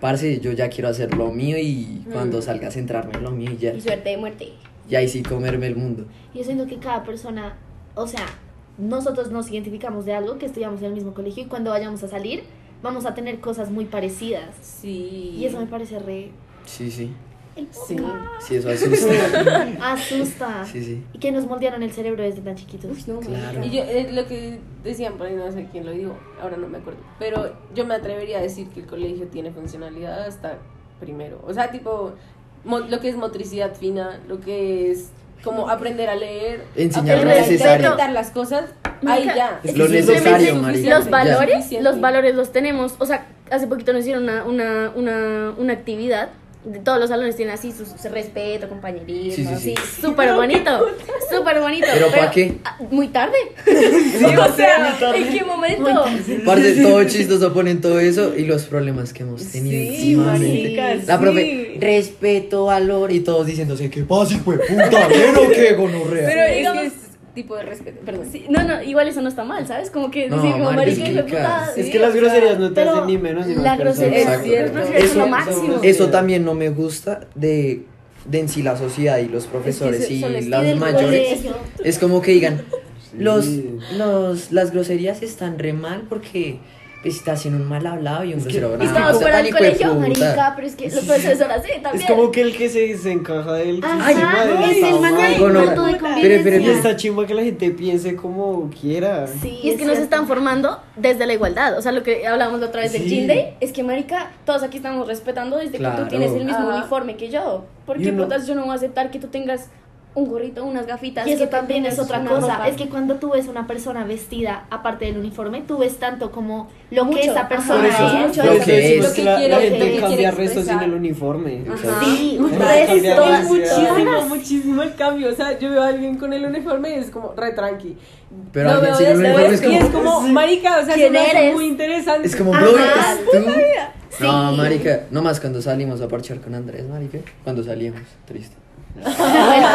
Speaker 4: parce, yo ya quiero hacer lo mío y
Speaker 6: Mm.
Speaker 4: cuando salga centrarme en lo mío y ya,
Speaker 1: Y suerte de muerte.
Speaker 4: y ahí sí comerme el mundo.
Speaker 5: Yo siento que cada persona, o sea, nosotros nos identificamos de algo que estudiamos en el mismo colegio y cuando vayamos a salir vamos a tener cosas muy parecidas.
Speaker 6: Sí.
Speaker 5: Y eso me parece re
Speaker 4: Sí, sí,
Speaker 6: Sí.
Speaker 4: sí, eso asusta.
Speaker 5: asusta.
Speaker 4: sí, sí.
Speaker 5: Y que nos moldearon el cerebro desde tan chiquitos.
Speaker 4: Claro.
Speaker 6: Y yo, eh, lo que decían, por ahí no sé quién lo dijo, ahora no me acuerdo, pero yo me atrevería a decir que el colegio tiene funcionalidad hasta primero. O sea, tipo, mo- lo que es motricidad fina, lo que es como aprender a leer,
Speaker 4: Enseñar
Speaker 6: aprender
Speaker 1: lo
Speaker 6: a
Speaker 1: necesario.
Speaker 6: interpretar las cosas, ahí ya.
Speaker 4: Es lo necesario, marica.
Speaker 1: Los
Speaker 4: Ya.
Speaker 1: valores,
Speaker 6: Suficiente.
Speaker 1: los valores los tenemos. O sea, hace poquito nos hicieron una, una, una, una actividad. De todos los salones tienen así su, su respeto, compañerismo,
Speaker 4: Sí, sí, sí.
Speaker 1: así. Súper bonito. Súper bonito.
Speaker 4: ¿Pero pa' qué?
Speaker 1: ah, Muy tarde. o sea, ¿en qué momento?
Speaker 4: Parce, todo chistoso ponen todo eso y los problemas que hemos tenido últimamente. La profe, respeto, valor y todos diciéndose, ¿qué pasa, hijo de puta? ¿Bien o qué, gonorrea?
Speaker 6: Pero es
Speaker 1: digamos-
Speaker 6: que es tipo de respeto, perdón.
Speaker 1: Sí, no, no, igual eso no está mal, ¿sabes? Como que
Speaker 4: No,
Speaker 1: decir, como
Speaker 4: marica, es
Speaker 1: marica,
Speaker 4: que
Speaker 1: hijo de puta,
Speaker 4: cas-
Speaker 7: Es
Speaker 1: sí,
Speaker 7: que las
Speaker 1: o sea,
Speaker 7: groserías no te
Speaker 1: pero
Speaker 7: hacen ni menos ni más
Speaker 1: La
Speaker 7: persona.
Speaker 1: grosería
Speaker 4: Exacto.
Speaker 1: es lo que es
Speaker 4: Eso-
Speaker 1: lo máximo.
Speaker 4: Eso también no me gusta de, de en sí la sociedad y los profesores
Speaker 6: se- pues. solo
Speaker 4: y
Speaker 6: es-
Speaker 4: las
Speaker 5: y del
Speaker 4: mayores.
Speaker 5: colegio.
Speaker 4: Es como que digan, los,
Speaker 7: Sí.
Speaker 4: los, las groserías están re mal porque pues, está haciendo un mal hablado y un grosero.
Speaker 1: Y
Speaker 4: bravo,
Speaker 1: estamos
Speaker 4: o sea,
Speaker 1: fuera
Speaker 4: tan
Speaker 1: del
Speaker 4: hijo de
Speaker 1: colegio,
Speaker 4: puta.
Speaker 1: marica, pero es que los profesores son así también.
Speaker 7: Es como que el que se desencaja del
Speaker 5: Ajá,
Speaker 7: sistema de
Speaker 5: es el
Speaker 7: esa
Speaker 5: manual,
Speaker 7: madre.
Speaker 5: el
Speaker 4: Gonorrea.
Speaker 5: manto de
Speaker 4: Espere, espere,
Speaker 7: Y
Speaker 5: convivencia.
Speaker 7: está chimba que la gente piense como quiera.
Speaker 5: Sí,
Speaker 1: Y es que nos
Speaker 5: cierto.
Speaker 1: están formando desde la igualdad. O sea, lo que hablábamos la otra vez del
Speaker 7: Sí.
Speaker 1: Jean Day es que, Marica, todos aquí estamos respetando desde que
Speaker 4: Claro.
Speaker 1: tú tienes el mismo
Speaker 6: Ah.
Speaker 1: uniforme que yo.
Speaker 7: Y
Speaker 1: Porque,
Speaker 7: uno-
Speaker 1: putas, yo no voy a aceptar que tú tengas un gorrito, unas gafitas.
Speaker 5: Y eso
Speaker 1: que
Speaker 5: también es otra
Speaker 1: una
Speaker 5: cosa,
Speaker 1: ropa.
Speaker 5: es que cuando tú ves una persona vestida aparte del uniforme, tú ves tanto como lo
Speaker 1: Mucho,
Speaker 5: que esa
Speaker 1: ajá.
Speaker 5: persona
Speaker 1: Por eso,
Speaker 5: es.
Speaker 1: mucho
Speaker 4: Lo
Speaker 7: Por eso
Speaker 4: que
Speaker 7: decimos
Speaker 4: es.
Speaker 7: que la,
Speaker 6: Lo que
Speaker 7: la
Speaker 5: quiere, lo
Speaker 7: gente
Speaker 5: que
Speaker 7: cambia
Speaker 6: quiere
Speaker 7: restos sin
Speaker 6: expresar.
Speaker 7: el uniforme.
Speaker 6: Ajá.
Speaker 5: Sí,
Speaker 7: Ajá,
Speaker 5: resto.
Speaker 7: cambiar
Speaker 6: Es
Speaker 7: Todas
Speaker 6: muchísimo,
Speaker 5: ciudadanas.
Speaker 6: muchísimo el cambio. O sea, yo veo a alguien con el uniforme y es como re tranqui.
Speaker 4: Pero
Speaker 6: Lo
Speaker 4: alguien
Speaker 6: veo
Speaker 4: sin el
Speaker 6: desde
Speaker 4: uniforme
Speaker 6: oeste
Speaker 4: es
Speaker 6: y es
Speaker 4: como-
Speaker 6: como, marica, o sea,
Speaker 1: ¿Quién
Speaker 6: se me hace
Speaker 1: eres?
Speaker 6: muy interesante.
Speaker 4: Es como,
Speaker 5: Ajá.
Speaker 4: bro, ¿eres tú? No,
Speaker 5: Sí.
Speaker 4: marica, nomás cuando salimos a parchar con Andrés, marica, cuando salíamos, triste.
Speaker 1: el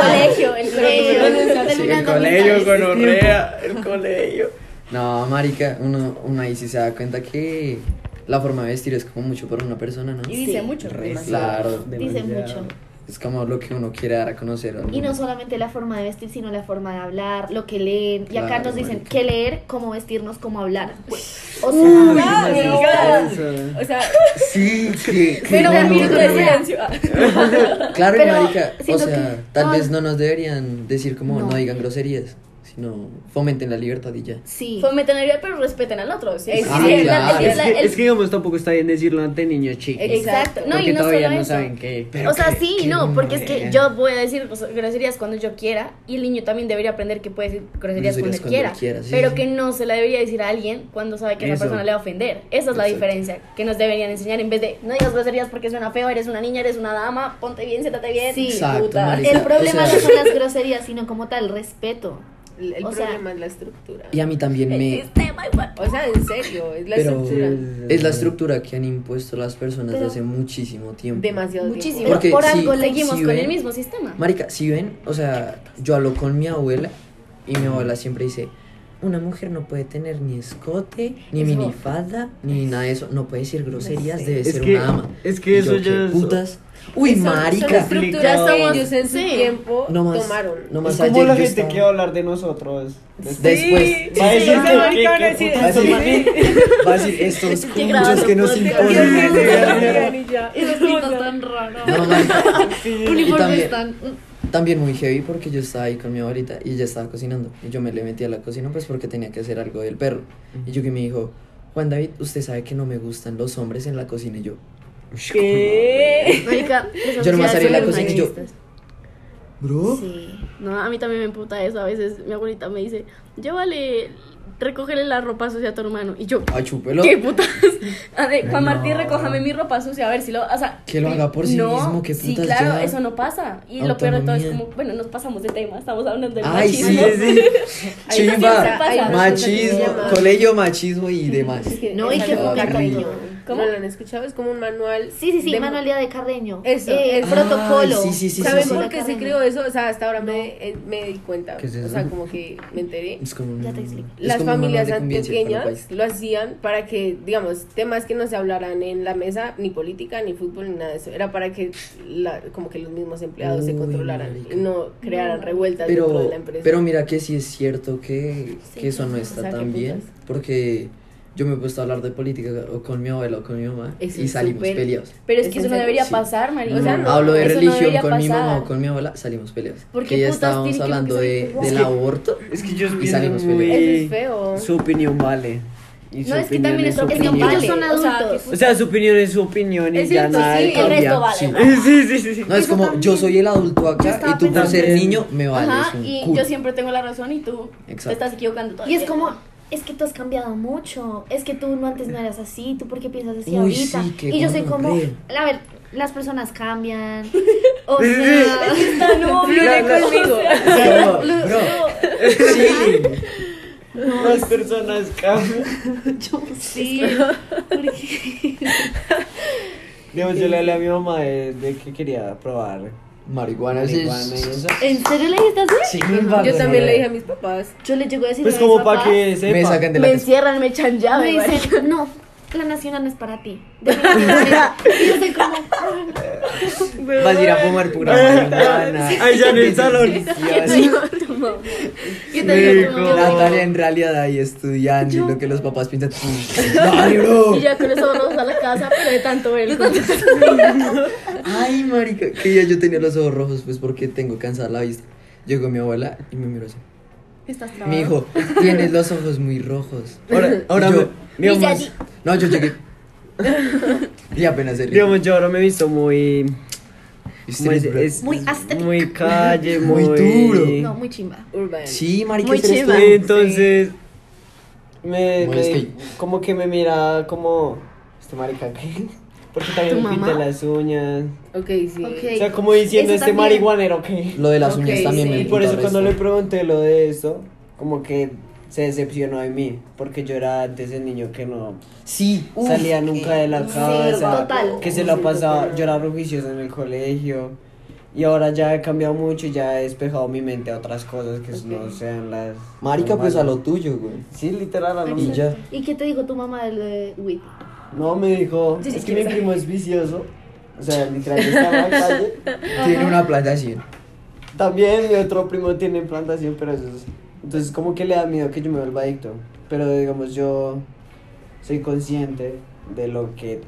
Speaker 1: colegio, el colegio.
Speaker 5: Terminando amistades.
Speaker 7: gonorrea, el colegio.
Speaker 4: No, marica, uno, uno ahí sí se da cuenta que la forma de vestir es como mucho para una persona, ¿no?
Speaker 1: Y dice mucho.
Speaker 4: Claro.
Speaker 5: Dice
Speaker 7: Demasiado.
Speaker 5: mucho.
Speaker 4: Es como lo que uno quiere dar a conocer. al
Speaker 5: Y no
Speaker 4: mundo.
Speaker 5: solamente la forma de vestir, sino la forma de hablar, lo que leen. Y acá
Speaker 4: Claro,
Speaker 5: nos dicen
Speaker 4: marica.
Speaker 5: qué leer, cómo vestirnos, cómo hablar. pues. O sea,
Speaker 7: Eso.
Speaker 1: O sea,
Speaker 4: Sí, que.
Speaker 1: pero
Speaker 4: que
Speaker 1: un
Speaker 4: no,
Speaker 1: minuto
Speaker 4: no,
Speaker 1: de
Speaker 4: no.
Speaker 1: silencio. Ah.
Speaker 4: Claro,
Speaker 5: Pero
Speaker 4: marica. O
Speaker 5: siento
Speaker 4: sea,
Speaker 5: que-
Speaker 4: tal
Speaker 5: ay.
Speaker 4: vez no nos deberían decir como no,
Speaker 5: No.
Speaker 4: digan groserías, sino fomenten la libertad y ya.
Speaker 5: sí.
Speaker 1: Fomenten la vida, pero respeten al otro. ¿sí?
Speaker 4: Ah,
Speaker 1: Sí, es la-
Speaker 4: claro.
Speaker 1: es la- el-
Speaker 7: Es que digamos tampoco está bien decirlo ante niños chicos.
Speaker 1: Exacto. No,
Speaker 7: porque
Speaker 1: y no
Speaker 7: todavía
Speaker 1: solo
Speaker 7: no
Speaker 1: eso.
Speaker 7: saben qué.
Speaker 1: O sea, sí y no, porque es que
Speaker 7: gonorrea.
Speaker 1: yo voy a decir gros- groserías cuando yo quiera y el niño también debería aprender que puede decir groserías,
Speaker 4: Groserías
Speaker 1: cuando, él
Speaker 4: cuando
Speaker 1: quiera,
Speaker 4: él quiera, sí,
Speaker 1: pero
Speaker 4: sí.
Speaker 1: que no se la debería decir a alguien cuando sabe que
Speaker 4: Eso.
Speaker 1: esa persona le va a ofender. Esa es la
Speaker 4: Exacto.
Speaker 1: diferencia que nos deberían enseñar en vez de no digas groserías porque suena feo, eres una niña, eres una dama, ponte bien, siéntate bien.
Speaker 5: Sí.
Speaker 4: Exacto,
Speaker 1: puta.
Speaker 4: marica.
Speaker 5: El
Speaker 4: O
Speaker 5: problema
Speaker 4: sea-
Speaker 5: no son las groserías, sino como tal, respeto.
Speaker 6: El, el
Speaker 5: O sea,
Speaker 6: problema es la estructura.
Speaker 4: Y a mí también me.
Speaker 6: O sea, en serio, es la
Speaker 4: Pero eh,
Speaker 6: estructura.
Speaker 4: es la estructura que han impuesto las personas
Speaker 5: Pero-
Speaker 4: desde hace muchísimo tiempo.
Speaker 6: Demasiado.
Speaker 1: Muchísimo.
Speaker 4: Porque
Speaker 1: por
Speaker 4: sí,
Speaker 1: algo
Speaker 4: sí
Speaker 1: seguimos con
Speaker 4: ven.
Speaker 1: el mismo sistema.
Speaker 4: Marica, si ven, o sea, yo hablo con mi abuela y mi abuela siempre dice, una mujer no puede tener ni escote, ni
Speaker 5: Es
Speaker 4: minifalda, ni nada de eso. No puede decir groserías,
Speaker 6: sé.
Speaker 4: debe
Speaker 7: Es
Speaker 4: ser
Speaker 7: que-
Speaker 4: una ama.
Speaker 7: es que
Speaker 4: Y
Speaker 7: eso
Speaker 4: yo,
Speaker 7: ya
Speaker 4: ¿qué
Speaker 7: es-
Speaker 4: putas. Uy,
Speaker 6: Son- Son
Speaker 4: marica.
Speaker 6: estructuras que
Speaker 7: Complicado.
Speaker 6: ellos en su
Speaker 1: Sí.
Speaker 6: tiempo
Speaker 4: No más.
Speaker 6: tomaron.
Speaker 4: No más
Speaker 7: Es como
Speaker 4: ayer
Speaker 7: la
Speaker 4: yo
Speaker 7: gente
Speaker 4: estaba-
Speaker 7: que va a hablar de nosotros.
Speaker 4: Después.
Speaker 7: Va a decir
Speaker 3: sí,
Speaker 7: que-
Speaker 3: sí,
Speaker 7: que-
Speaker 3: van a
Speaker 7: que
Speaker 3: decir
Speaker 7: putas
Speaker 4: eso.
Speaker 7: son
Speaker 4: Sí.
Speaker 7: así. Va a decir estos
Speaker 1: que graban
Speaker 7: cuchos que nos
Speaker 1: los
Speaker 7: imponen.
Speaker 5: Esos pintos tan raros.
Speaker 4: No, marica. Y también,
Speaker 5: Uniformes tan.
Speaker 4: también muy heavy porque yo estaba ahí con mi abuelita y ella estaba cocinando. Y yo me le metí a la cocina pues porque tenía que hacer algo del perro. Y yo que me dijo, Juan David, usted sabe que no me gustan los hombres en la cocina. Y yo,
Speaker 3: ¿Qué?
Speaker 1: Marica, esas
Speaker 4: Yo
Speaker 1: ciudades
Speaker 4: nomás salí a la
Speaker 1: son
Speaker 4: cocina y yo-
Speaker 1: humanistas.
Speaker 4: bro.
Speaker 5: Sí.
Speaker 1: No, a mí también me emputa eso. A veces mi abuelita me dice, llévale, recógele la ropa sucia a tu hermano. Y yo,
Speaker 4: A Ah, chúpelo.
Speaker 1: ¿qué putas? A ver, Juan
Speaker 4: No.
Speaker 1: Martín, recójame mi ropa sucia. A ver si lo. O sea,
Speaker 4: Que lo haga por sí
Speaker 1: no,
Speaker 4: mismo, qué
Speaker 1: Sí,
Speaker 4: putas
Speaker 1: claro,
Speaker 4: ya.
Speaker 1: eso no pasa. Y lo peor de todo es
Speaker 4: Autonomía.
Speaker 1: como, bueno, nos pasamos de tema. Estamos hablando de
Speaker 4: Ay, sí,
Speaker 1: machismo.
Speaker 4: sí.
Speaker 1: Ahí también se
Speaker 4: Chimba.
Speaker 1: pasa.
Speaker 4: Machismo, colegio, machismo y demás.
Speaker 5: No, y que
Speaker 4: Ah,
Speaker 5: ponga
Speaker 4: qué
Speaker 5: cariño.
Speaker 4: rico.
Speaker 1: ¿Cómo?
Speaker 6: ¿Cómo lo han escuchado? Es como un manual.
Speaker 5: Sí, sí, sí,
Speaker 6: de-
Speaker 5: manualidad de Carreño.
Speaker 6: Eso,
Speaker 5: Eh,
Speaker 6: eso.
Speaker 5: Protocolo.
Speaker 4: Ay, sí, sí, sí,
Speaker 6: ¿Saben
Speaker 4: sí,
Speaker 6: por qué se creó eso? O sea, hasta ahora me, eh, me di cuenta.
Speaker 7: ¿Qué es eso?
Speaker 6: O sea, como que me enteré.
Speaker 4: Es como un-
Speaker 5: Ya te explico.
Speaker 4: es
Speaker 6: Las
Speaker 4: como un manual
Speaker 6: familias
Speaker 4: de convivencia para el
Speaker 6: antioqueñas
Speaker 4: país.
Speaker 6: lo hacían para que, digamos, temas que no se hablaran en la mesa, ni política, ni fútbol, ni nada de eso. Era para que la- como que los mismos empleados se
Speaker 4: Uy,
Speaker 6: controlaran
Speaker 4: marica.
Speaker 6: y no crearan revueltas dentro de
Speaker 4: Pero,
Speaker 6: la empresa.
Speaker 4: pero mira que sí es cierto que, que eso no está
Speaker 6: o sea, qué
Speaker 4: tan bien,
Speaker 6: putas.
Speaker 4: porque yo me he puesto a hablar de política o con mi abuela o con mi mamá
Speaker 6: Eso
Speaker 4: y
Speaker 6: es
Speaker 4: salimos
Speaker 6: súper-
Speaker 4: peleados.
Speaker 1: Pero es
Speaker 6: ¿Es
Speaker 1: que
Speaker 6: en
Speaker 1: eso no
Speaker 6: serio?
Speaker 1: debería
Speaker 4: Sí.
Speaker 1: pasar, marica.
Speaker 6: O sea, no,
Speaker 4: Hablo de
Speaker 1: eso no
Speaker 4: religión
Speaker 1: debería
Speaker 4: con mi mamá
Speaker 1: pasar.
Speaker 4: o con mi abuela, salimos peleados.
Speaker 1: ¿Por qué
Speaker 4: Porque ya
Speaker 1: putas
Speaker 4: estábamos
Speaker 1: tiene que-
Speaker 4: hablando
Speaker 1: porque
Speaker 4: de,
Speaker 1: son
Speaker 4: del
Speaker 1: iguales?
Speaker 4: aborto.
Speaker 7: Es que ellos
Speaker 4: Y
Speaker 7: piensan
Speaker 4: salimos peleados.
Speaker 6: Eso es feo.
Speaker 7: Su opinión vale. Y su
Speaker 1: No, es que
Speaker 7: opinión
Speaker 1: también es
Speaker 5: Es que
Speaker 1: opinión
Speaker 5: ellos
Speaker 1: vale.
Speaker 5: son
Speaker 1: o sea,
Speaker 5: adultos.
Speaker 1: que-
Speaker 7: O sea, su opinión es su opinión y
Speaker 1: Es
Speaker 7: ya
Speaker 1: cierto,
Speaker 7: nada
Speaker 1: sí,
Speaker 7: de
Speaker 1: el resto
Speaker 7: cambiar.
Speaker 1: vale.
Speaker 4: sí.
Speaker 7: Sí, sí, sí. sí.
Speaker 4: No, es como yo soy el adulto acá
Speaker 1: estaba
Speaker 4: y tú por
Speaker 1: pensando-
Speaker 4: ser
Speaker 7: También.
Speaker 4: niño me vales
Speaker 1: Ajá,
Speaker 4: un
Speaker 1: y
Speaker 4: culo.
Speaker 1: yo siempre tengo la razón y tú
Speaker 4: Exacto.
Speaker 1: te estás equivocando todo
Speaker 5: Y
Speaker 1: el
Speaker 5: es
Speaker 1: tiempo.
Speaker 5: como, es que tú has cambiado mucho. Es que tú no antes no eras así. ¿Tú por qué piensas así
Speaker 4: Uy,
Speaker 5: ahorita?
Speaker 4: sí, qué
Speaker 5: y yo soy como,
Speaker 4: gonorrea.
Speaker 5: a ver, las personas cambian. O sea,
Speaker 1: No,
Speaker 7: La- la-
Speaker 4: Es como, bro, chilling.
Speaker 7: Las personas cambian.
Speaker 5: sí.
Speaker 7: Digamos, yo le hablé a mi mamá de, de que quería probar
Speaker 4: Marihuana, sí.
Speaker 7: marihuana y eso.
Speaker 5: ¿En serio le dijiste así?
Speaker 4: Chimba,
Speaker 6: Yo también le dije a
Speaker 4: gonorrea.
Speaker 6: mis papás.
Speaker 5: Yo le llego a decir
Speaker 7: Pues
Speaker 5: a mis
Speaker 7: como para
Speaker 5: papás,
Speaker 7: que sepa.
Speaker 4: Me sacan de la
Speaker 1: Me
Speaker 4: casa.
Speaker 1: encierran, me echan
Speaker 5: Me
Speaker 1: llave, marica.
Speaker 5: dicen, no, la nacional no es para ti. definitivamente". y yo soy como,
Speaker 4: Vas a ir a fumar pura marihuana.
Speaker 7: Ahí ya en el salón.
Speaker 1: ¿Qué te digo? Como-
Speaker 4: Natalia en realidad ahí estudiando y lo que los papás piensan. ¡Dale, bro!
Speaker 1: Y ya con los ojos a la casa, pero de tanto ver el contexto.
Speaker 4: Ay, marica, que ya yo tenía los ojos rojos, pues porque tengo cansada la vista. Llegó mi abuela y me miró así.
Speaker 1: Estás
Speaker 4: Me dijo, tienes los ojos muy rojos.
Speaker 7: Ahora, ahora
Speaker 4: Y yo-
Speaker 7: me- digamos,
Speaker 4: No, yo llegué. Y apenas se rió.
Speaker 7: digamos, yo ahora me he visto muy. como es- es-
Speaker 5: Muy aesthetic.
Speaker 7: Muy calle,
Speaker 4: Muy
Speaker 7: muy.
Speaker 4: duro.
Speaker 5: no, muy chimba.
Speaker 6: Urban.
Speaker 4: Sí, marica,
Speaker 1: Muy
Speaker 4: ese eres
Speaker 1: chiva.
Speaker 4: tú.
Speaker 7: Sí, entonces. Me,
Speaker 4: Muy
Speaker 7: me-
Speaker 4: skate.
Speaker 7: como que me mira como. Este marica, ¿qué? Porque también
Speaker 1: ¿Tu
Speaker 7: me pinta
Speaker 1: mamá?
Speaker 7: las uñas.
Speaker 6: Ok, sí.
Speaker 5: Ok.
Speaker 7: O sea, como diciendo
Speaker 5: Eso
Speaker 7: este
Speaker 5: también.
Speaker 7: marihuanero, ¿qué?
Speaker 4: Lo de las
Speaker 6: Ok,
Speaker 4: uñas también
Speaker 6: sí.
Speaker 4: me
Speaker 7: Y por eso
Speaker 4: puta
Speaker 7: cuando le
Speaker 4: resto.
Speaker 7: pregunté lo de esto, como que se decepcionó de mí, porque yo era antes el niño que no
Speaker 4: Sí, uf,
Speaker 7: salía nunca de la
Speaker 5: sí,
Speaker 7: casa,
Speaker 5: total.
Speaker 7: que se la
Speaker 6: Sí,
Speaker 7: pasaba,
Speaker 6: total.
Speaker 7: yo era religioso en el colegio y ahora ya he cambiado mucho y ya he despejado mi mente a otras cosas que no sean las
Speaker 4: Marica, pues a lo
Speaker 7: normales.
Speaker 4: tuyo, güey.
Speaker 7: Sí, literal a lo
Speaker 4: Y
Speaker 7: mío.
Speaker 4: ya.
Speaker 5: ¿Y qué te dijo tu mamá del de Witty?
Speaker 7: No, me dijo,
Speaker 5: Sí, sí,
Speaker 7: es que mi
Speaker 5: quiero
Speaker 7: primo es vicioso. O sea, literal está en la calle.
Speaker 4: Tiene una plantación.
Speaker 7: También mi otro primo tiene plantación, pero eso es- Entonces como que le da miedo que yo me vuelva adicto. Pero digamos, yo soy consciente de lo que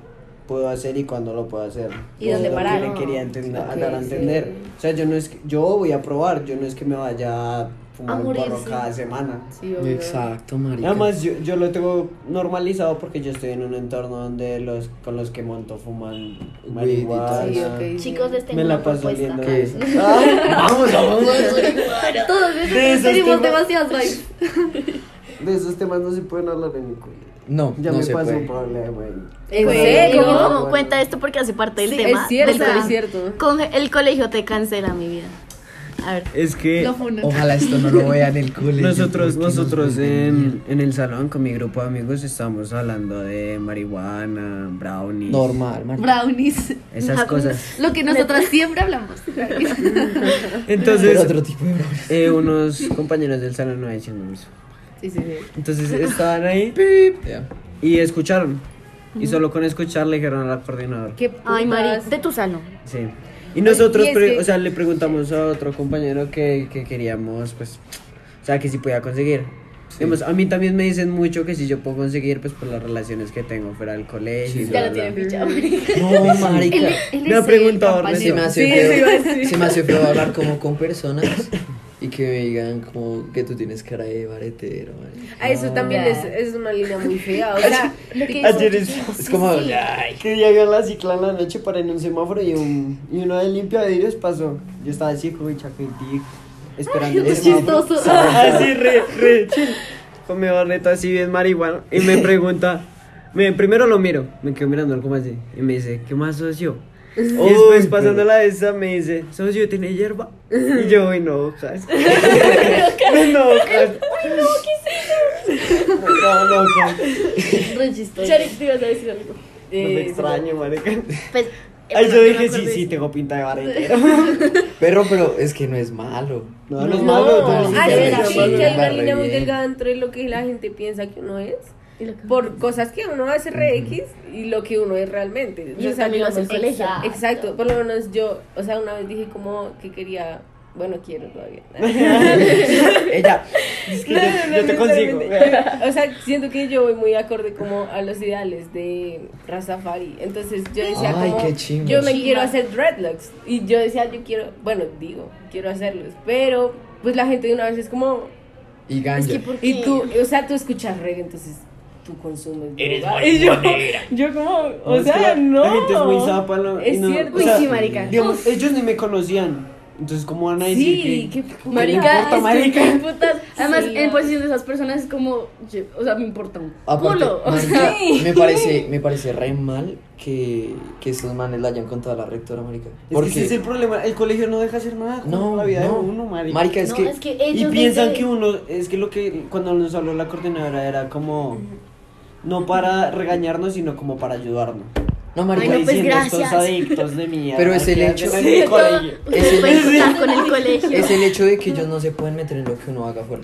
Speaker 7: puedo hacer y cuándo lo puedo hacer.
Speaker 1: Y dónde
Speaker 7: Eso es lo
Speaker 1: parar.
Speaker 7: que le quería entender,
Speaker 4: Ah,
Speaker 6: Ok,
Speaker 7: dar a
Speaker 6: sí.
Speaker 7: entender. O sea, yo no es que- yo voy a probar, yo no es que me vaya a
Speaker 5: A
Speaker 7: fumar un
Speaker 5: morirse.
Speaker 7: porro cada semana.
Speaker 6: Sí, obvio.
Speaker 4: Exacto, marica.
Speaker 7: Además, yo, yo lo tengo normalizado porque yo estoy en un entorno donde los con los que monto fuman
Speaker 4: Weed y todo
Speaker 7: marihuana.
Speaker 6: Sí, ok, sí.
Speaker 5: Chicos, les tengo
Speaker 7: Me la
Speaker 5: una
Speaker 7: paso
Speaker 5: propuesta.
Speaker 7: viendo
Speaker 4: ¿Qué?
Speaker 7: eso. Ah, vamos, vamos.
Speaker 5: Todos
Speaker 7: De esos
Speaker 5: tenemos
Speaker 7: temas-
Speaker 5: demasiadas vibes.
Speaker 7: De esos temas no se pueden hablar en mi colegio.
Speaker 4: No,
Speaker 7: Ya
Speaker 4: no
Speaker 7: me
Speaker 4: se
Speaker 7: pasó
Speaker 4: puede.
Speaker 7: un problema. ahí.
Speaker 6: ¿En
Speaker 1: Güey,
Speaker 6: serio?
Speaker 1: ¿Cómo,
Speaker 7: Bueno.
Speaker 1: cómo? cuenta esto porque hace parte del
Speaker 6: Sí,
Speaker 1: tema?
Speaker 6: es cierto,
Speaker 1: del colegio.
Speaker 6: es cierto.
Speaker 1: Con el colegio te cancela mi vida. A ver.
Speaker 7: Es que
Speaker 5: Lo funan.
Speaker 4: Ojalá esto no lo vean el colegio.
Speaker 7: nosotros,
Speaker 4: porque nos
Speaker 7: nosotros
Speaker 4: vuelven mierda.
Speaker 7: en, en el salón con mi grupo de amigos estábamos hablando de marihuana, brownies,
Speaker 4: Normal, marica.
Speaker 5: Brownies.
Speaker 7: esas cosas.
Speaker 5: Lo que nosotras siempre hablamos.
Speaker 4: Pero
Speaker 7: Entonces,
Speaker 4: otro tipo de brownies.
Speaker 7: eh, unos compañeros del salón no diciendo eso.
Speaker 1: Sí, sí, sí.
Speaker 7: Entonces estaban ahí
Speaker 4: Ya.
Speaker 7: y escucharon. Y solo con escuchar le dijeron al coordinador.
Speaker 1: ¿Qué Ay, Mari, de tu salón.
Speaker 7: Sí. Y nosotros,
Speaker 6: Y es
Speaker 7: pre-
Speaker 6: que-
Speaker 7: o sea, le preguntamos a otro compañero que, que queríamos, pues, o sea, que si podía conseguir. Digamos, a mí también me dicen mucho que si yo puedo conseguir, pues, por las relaciones que tengo fuera del colegio. y
Speaker 4: Sí, ya
Speaker 7: bla,
Speaker 6: Ya lo
Speaker 7: bla,
Speaker 6: tienen
Speaker 7: bla.
Speaker 6: fichado.
Speaker 4: No, marica.
Speaker 2: él
Speaker 7: Me ha
Speaker 2: es el
Speaker 7: preguntado
Speaker 2: campal-
Speaker 4: Se Pues me
Speaker 7: Ernesto.
Speaker 4: hace
Speaker 6: Sí,
Speaker 4: feo-
Speaker 6: eso iba a decir.
Speaker 4: se me hace feo hablar como con personas y que me digan como que tú tienes cara de baretero, marica. Ah.
Speaker 6: A Ah, eso también es, es una línea muy fea. O sea, eh,
Speaker 7: Ayer es, Ah, es como ay, que llegué a la cicla en la noche para en un semáforo y, un, y uno de limpia vidrios pasó. Yo estaba así, joven, chaquetico, esperando el
Speaker 5: Es
Speaker 7: semáforo.
Speaker 5: chistoso.
Speaker 7: Así, Ah, re, re, chill. Con mi barreta así bien marihuana. Y me pregunta, me, primero lo miro, me quedo mirando como así. Y me dice, ¿qué más socio? Y después pasando la esa me dice, socio, ¿tiene hierba? Y yo, uy, no, hojas. no, hojas. No, no, hojas.
Speaker 5: Re chistoso.
Speaker 6: Charik, te ibas a decir algo.
Speaker 7: No me
Speaker 6: Eh,
Speaker 7: extraño, marica.
Speaker 1: Pues,
Speaker 7: Ahí
Speaker 1: bueno,
Speaker 7: yo
Speaker 1: me
Speaker 7: dije,
Speaker 1: acordé
Speaker 7: sí,
Speaker 1: de
Speaker 7: sí,
Speaker 1: eso.
Speaker 7: tengo pinta de barretero.
Speaker 4: Perro, pero es que no es malo.
Speaker 7: No, no es
Speaker 6: No,
Speaker 7: malo. no,
Speaker 6: ah,
Speaker 7: no
Speaker 6: yo
Speaker 7: es
Speaker 6: sí,
Speaker 7: malo,
Speaker 6: sí,
Speaker 7: no es
Speaker 6: que hay una
Speaker 4: barre
Speaker 6: línea muy
Speaker 4: bien.
Speaker 6: delgada entre lo que la gente piensa que uno es.
Speaker 1: Y lo que-
Speaker 6: Por cosas que uno hace re X y lo que uno es realmente.
Speaker 1: Y
Speaker 6: O
Speaker 1: eso
Speaker 6: sea,
Speaker 1: también lo
Speaker 6: yo-
Speaker 1: hace el colegio.
Speaker 5: Exacto.
Speaker 6: Exacto, por lo menos yo, o sea, una vez dije como que quería, bueno, quiero todavía.
Speaker 7: Ella, es que yo, yo te consigo.
Speaker 6: necesariamente. O sea, siento que yo voy muy acorde como a los ideales de Rastafari. Entonces yo decía
Speaker 4: Ay,
Speaker 6: como,
Speaker 4: qué chimba.
Speaker 6: yo me
Speaker 4: Chimba.
Speaker 6: quiero hacer dreadlocks. Y yo decía, yo quiero, bueno, digo, quiero hacerlos. Pero, pues la gente de una vez es como,
Speaker 4: Y ganja.
Speaker 6: y tú, o sea, tú escuchas reggae, entonces tú consumes droga. Y yo, yo como, o
Speaker 7: es que
Speaker 6: sea,
Speaker 7: la-
Speaker 6: no.
Speaker 7: La gente es muy zapa. ¿no?
Speaker 6: Es
Speaker 7: Y no-
Speaker 6: cierto.
Speaker 7: o sea,
Speaker 1: Uy, sí, marica.
Speaker 7: Digamos, ellos ni me conocían. Entonces, ¿cómo van a decir?
Speaker 6: Sí,
Speaker 7: que-
Speaker 6: qué
Speaker 1: Marica,
Speaker 7: importa,
Speaker 1: es que
Speaker 7: marica.
Speaker 1: qué putas. Además,
Speaker 6: Sí.
Speaker 1: en posición de esas personas es como, yo- o sea, me importa un
Speaker 4: Aparte,
Speaker 1: culo. O
Speaker 4: marica,
Speaker 1: sea,
Speaker 4: me parece, me parece re mal que, que estos manes la hayan contado a la rectora, marica.
Speaker 7: Es que ese es el problema. El colegio no deja hacer nada. ¿cómo
Speaker 4: no,
Speaker 7: la vida
Speaker 4: no.
Speaker 7: de uno, marica.
Speaker 4: Marica, es
Speaker 5: No,
Speaker 4: que,
Speaker 5: es que
Speaker 7: Y
Speaker 5: ellos
Speaker 7: piensan
Speaker 5: desde-
Speaker 7: que uno, es que lo que cuando nos habló la coordinadora era como, no para regañarnos, sino como para ayudarnos.
Speaker 4: no,
Speaker 1: Ay,
Speaker 4: marica,
Speaker 1: no, pues,
Speaker 7: Diciendo, estos
Speaker 1: gracias".
Speaker 7: adictos de mierda.
Speaker 4: Pero es el
Speaker 7: que
Speaker 4: hecho-
Speaker 7: hacen
Speaker 4: Sí,
Speaker 7: en el
Speaker 1: todo-
Speaker 7: colegio.
Speaker 1: ustedes
Speaker 4: Es-
Speaker 1: pueden
Speaker 4: es-
Speaker 1: contar con el colegio.
Speaker 4: es el hecho de que ellos no se pueden meter en lo que uno haga afuera.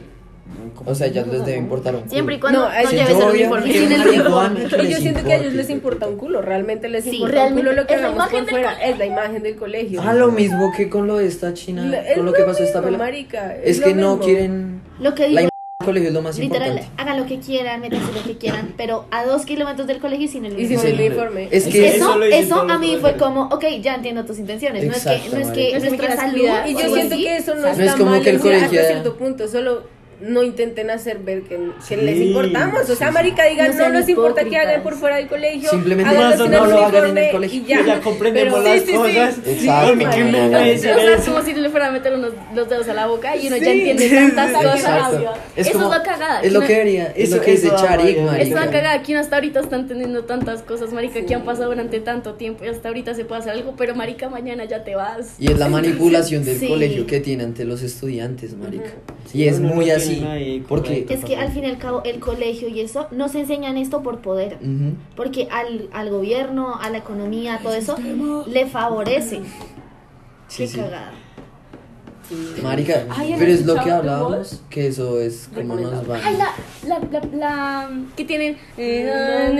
Speaker 4: O sea, ya les debe importar un culo.
Speaker 1: Siempre y cuando
Speaker 6: No,
Speaker 1: no,
Speaker 6: es-
Speaker 1: lleves
Speaker 4: Yo
Speaker 1: el
Speaker 4: voy a
Speaker 1: uniforme.
Speaker 4: meter
Speaker 1: Sin el
Speaker 4: una
Speaker 1: uniforme.
Speaker 4: marihuana.
Speaker 6: Y yo
Speaker 4: les
Speaker 6: siento que
Speaker 4: importa,
Speaker 6: a ellos les
Speaker 4: hijo de
Speaker 6: importa un culo, realmente les
Speaker 1: Sí,
Speaker 6: importa un
Speaker 1: realmente,
Speaker 6: culo lo que
Speaker 1: es la
Speaker 6: hagamos por
Speaker 1: imagen del
Speaker 6: fuera,
Speaker 1: colegio.
Speaker 6: es la imagen del colegio.
Speaker 4: Ah, lo mismo que con lo de esta china,
Speaker 6: La- es
Speaker 4: con lo que pasó
Speaker 6: mismo,
Speaker 4: esta pelada.
Speaker 6: marica,
Speaker 4: Es,
Speaker 6: es
Speaker 4: que
Speaker 6: lo
Speaker 4: no
Speaker 6: mismo.
Speaker 4: quieren
Speaker 5: Lo que
Speaker 4: la
Speaker 5: digo,
Speaker 4: imagen del colegio es lo más
Speaker 5: literal,
Speaker 4: importante.
Speaker 5: hagan lo que quieran, métanse lo que quieran, pero a dos kilómetros del colegio y sin el
Speaker 6: Y sin
Speaker 5: uniforme.
Speaker 6: el uniforme.
Speaker 4: Es
Speaker 5: Eso,
Speaker 4: que
Speaker 7: Eso
Speaker 5: eso,
Speaker 7: lo dicen todos
Speaker 5: a
Speaker 7: los
Speaker 5: mí fue
Speaker 7: colegios.
Speaker 5: como, ok, ya entiendo tus intenciones.
Speaker 4: Exacto,
Speaker 5: no es que, no
Speaker 4: marica.
Speaker 5: es que nuestra
Speaker 1: Es que
Speaker 5: salud.
Speaker 1: quieras
Speaker 6: Y
Speaker 5: o
Speaker 6: yo
Speaker 5: algo
Speaker 6: siento
Speaker 5: así,
Speaker 6: que eso no,
Speaker 5: o sea,
Speaker 6: está
Speaker 4: es como
Speaker 6: mal
Speaker 4: que el
Speaker 6: o sea,
Speaker 4: colegio-
Speaker 6: hasta cierto punto, solo no intenten hacer ver que, que
Speaker 7: Sí,
Speaker 6: les importamos. O sea,
Speaker 7: sí,
Speaker 6: marica, digan,
Speaker 1: No
Speaker 6: no,
Speaker 1: sean
Speaker 6: nos importa que
Speaker 1: hipócritas.
Speaker 6: hagan por fuera del colegio.
Speaker 4: Simplemente
Speaker 6: háganlo
Speaker 7: no,
Speaker 6: sin
Speaker 7: no
Speaker 6: el
Speaker 7: lo hagan en el
Speaker 6: uniforme
Speaker 4: colegio.
Speaker 6: Y ya,
Speaker 7: Ya comprendemos
Speaker 6: Pero-
Speaker 7: las
Speaker 6: sí, sí, sí.
Speaker 7: cosas.
Speaker 4: Exacmo,
Speaker 7: Porque
Speaker 4: marica.
Speaker 7: me
Speaker 4: O sea,
Speaker 1: O sea, es
Speaker 7: eso.
Speaker 1: como si le fuera a meter unos, los dedos a la boca y uno ya
Speaker 7: Sí.
Speaker 1: entiende tantas cosas.
Speaker 4: Exacto.
Speaker 1: Eso es la cagada.
Speaker 4: Es lo
Speaker 1: que
Speaker 4: que
Speaker 1: uno-
Speaker 4: debería, es
Speaker 7: Eso-
Speaker 4: lo que dice
Speaker 7: eso da
Speaker 4: Charik,
Speaker 7: rabia,
Speaker 1: Es una
Speaker 4: marica.
Speaker 1: cagada que uno hasta ahorita está entendiendo tantas cosas, marica, que han pasado durante tanto tiempo y hasta ahorita se puede hacer algo, pero marica, mañana ya te vas.
Speaker 4: Y es la manipulación del
Speaker 5: Sí.
Speaker 4: colegio que tiene ante los estudiantes, marica.
Speaker 7: Sí,
Speaker 4: y es
Speaker 7: uno no
Speaker 4: muy
Speaker 7: tiene
Speaker 4: así,
Speaker 7: ahí,
Speaker 4: porque...
Speaker 5: Es que al fin y al cabo el colegio y eso nos enseñan esto por poder.
Speaker 4: Ujú.
Speaker 5: Porque al, al gobierno, a la economía, a todo eso, le favorece.
Speaker 4: Sí,
Speaker 5: Qué
Speaker 4: sí.
Speaker 5: cagada.
Speaker 4: Marica,
Speaker 1: Ay, ¿han
Speaker 4: pero es lo que
Speaker 1: escuchado The
Speaker 4: hablábamos, que eso es como nos van.
Speaker 1: Ay, la, la, la, la que tienen.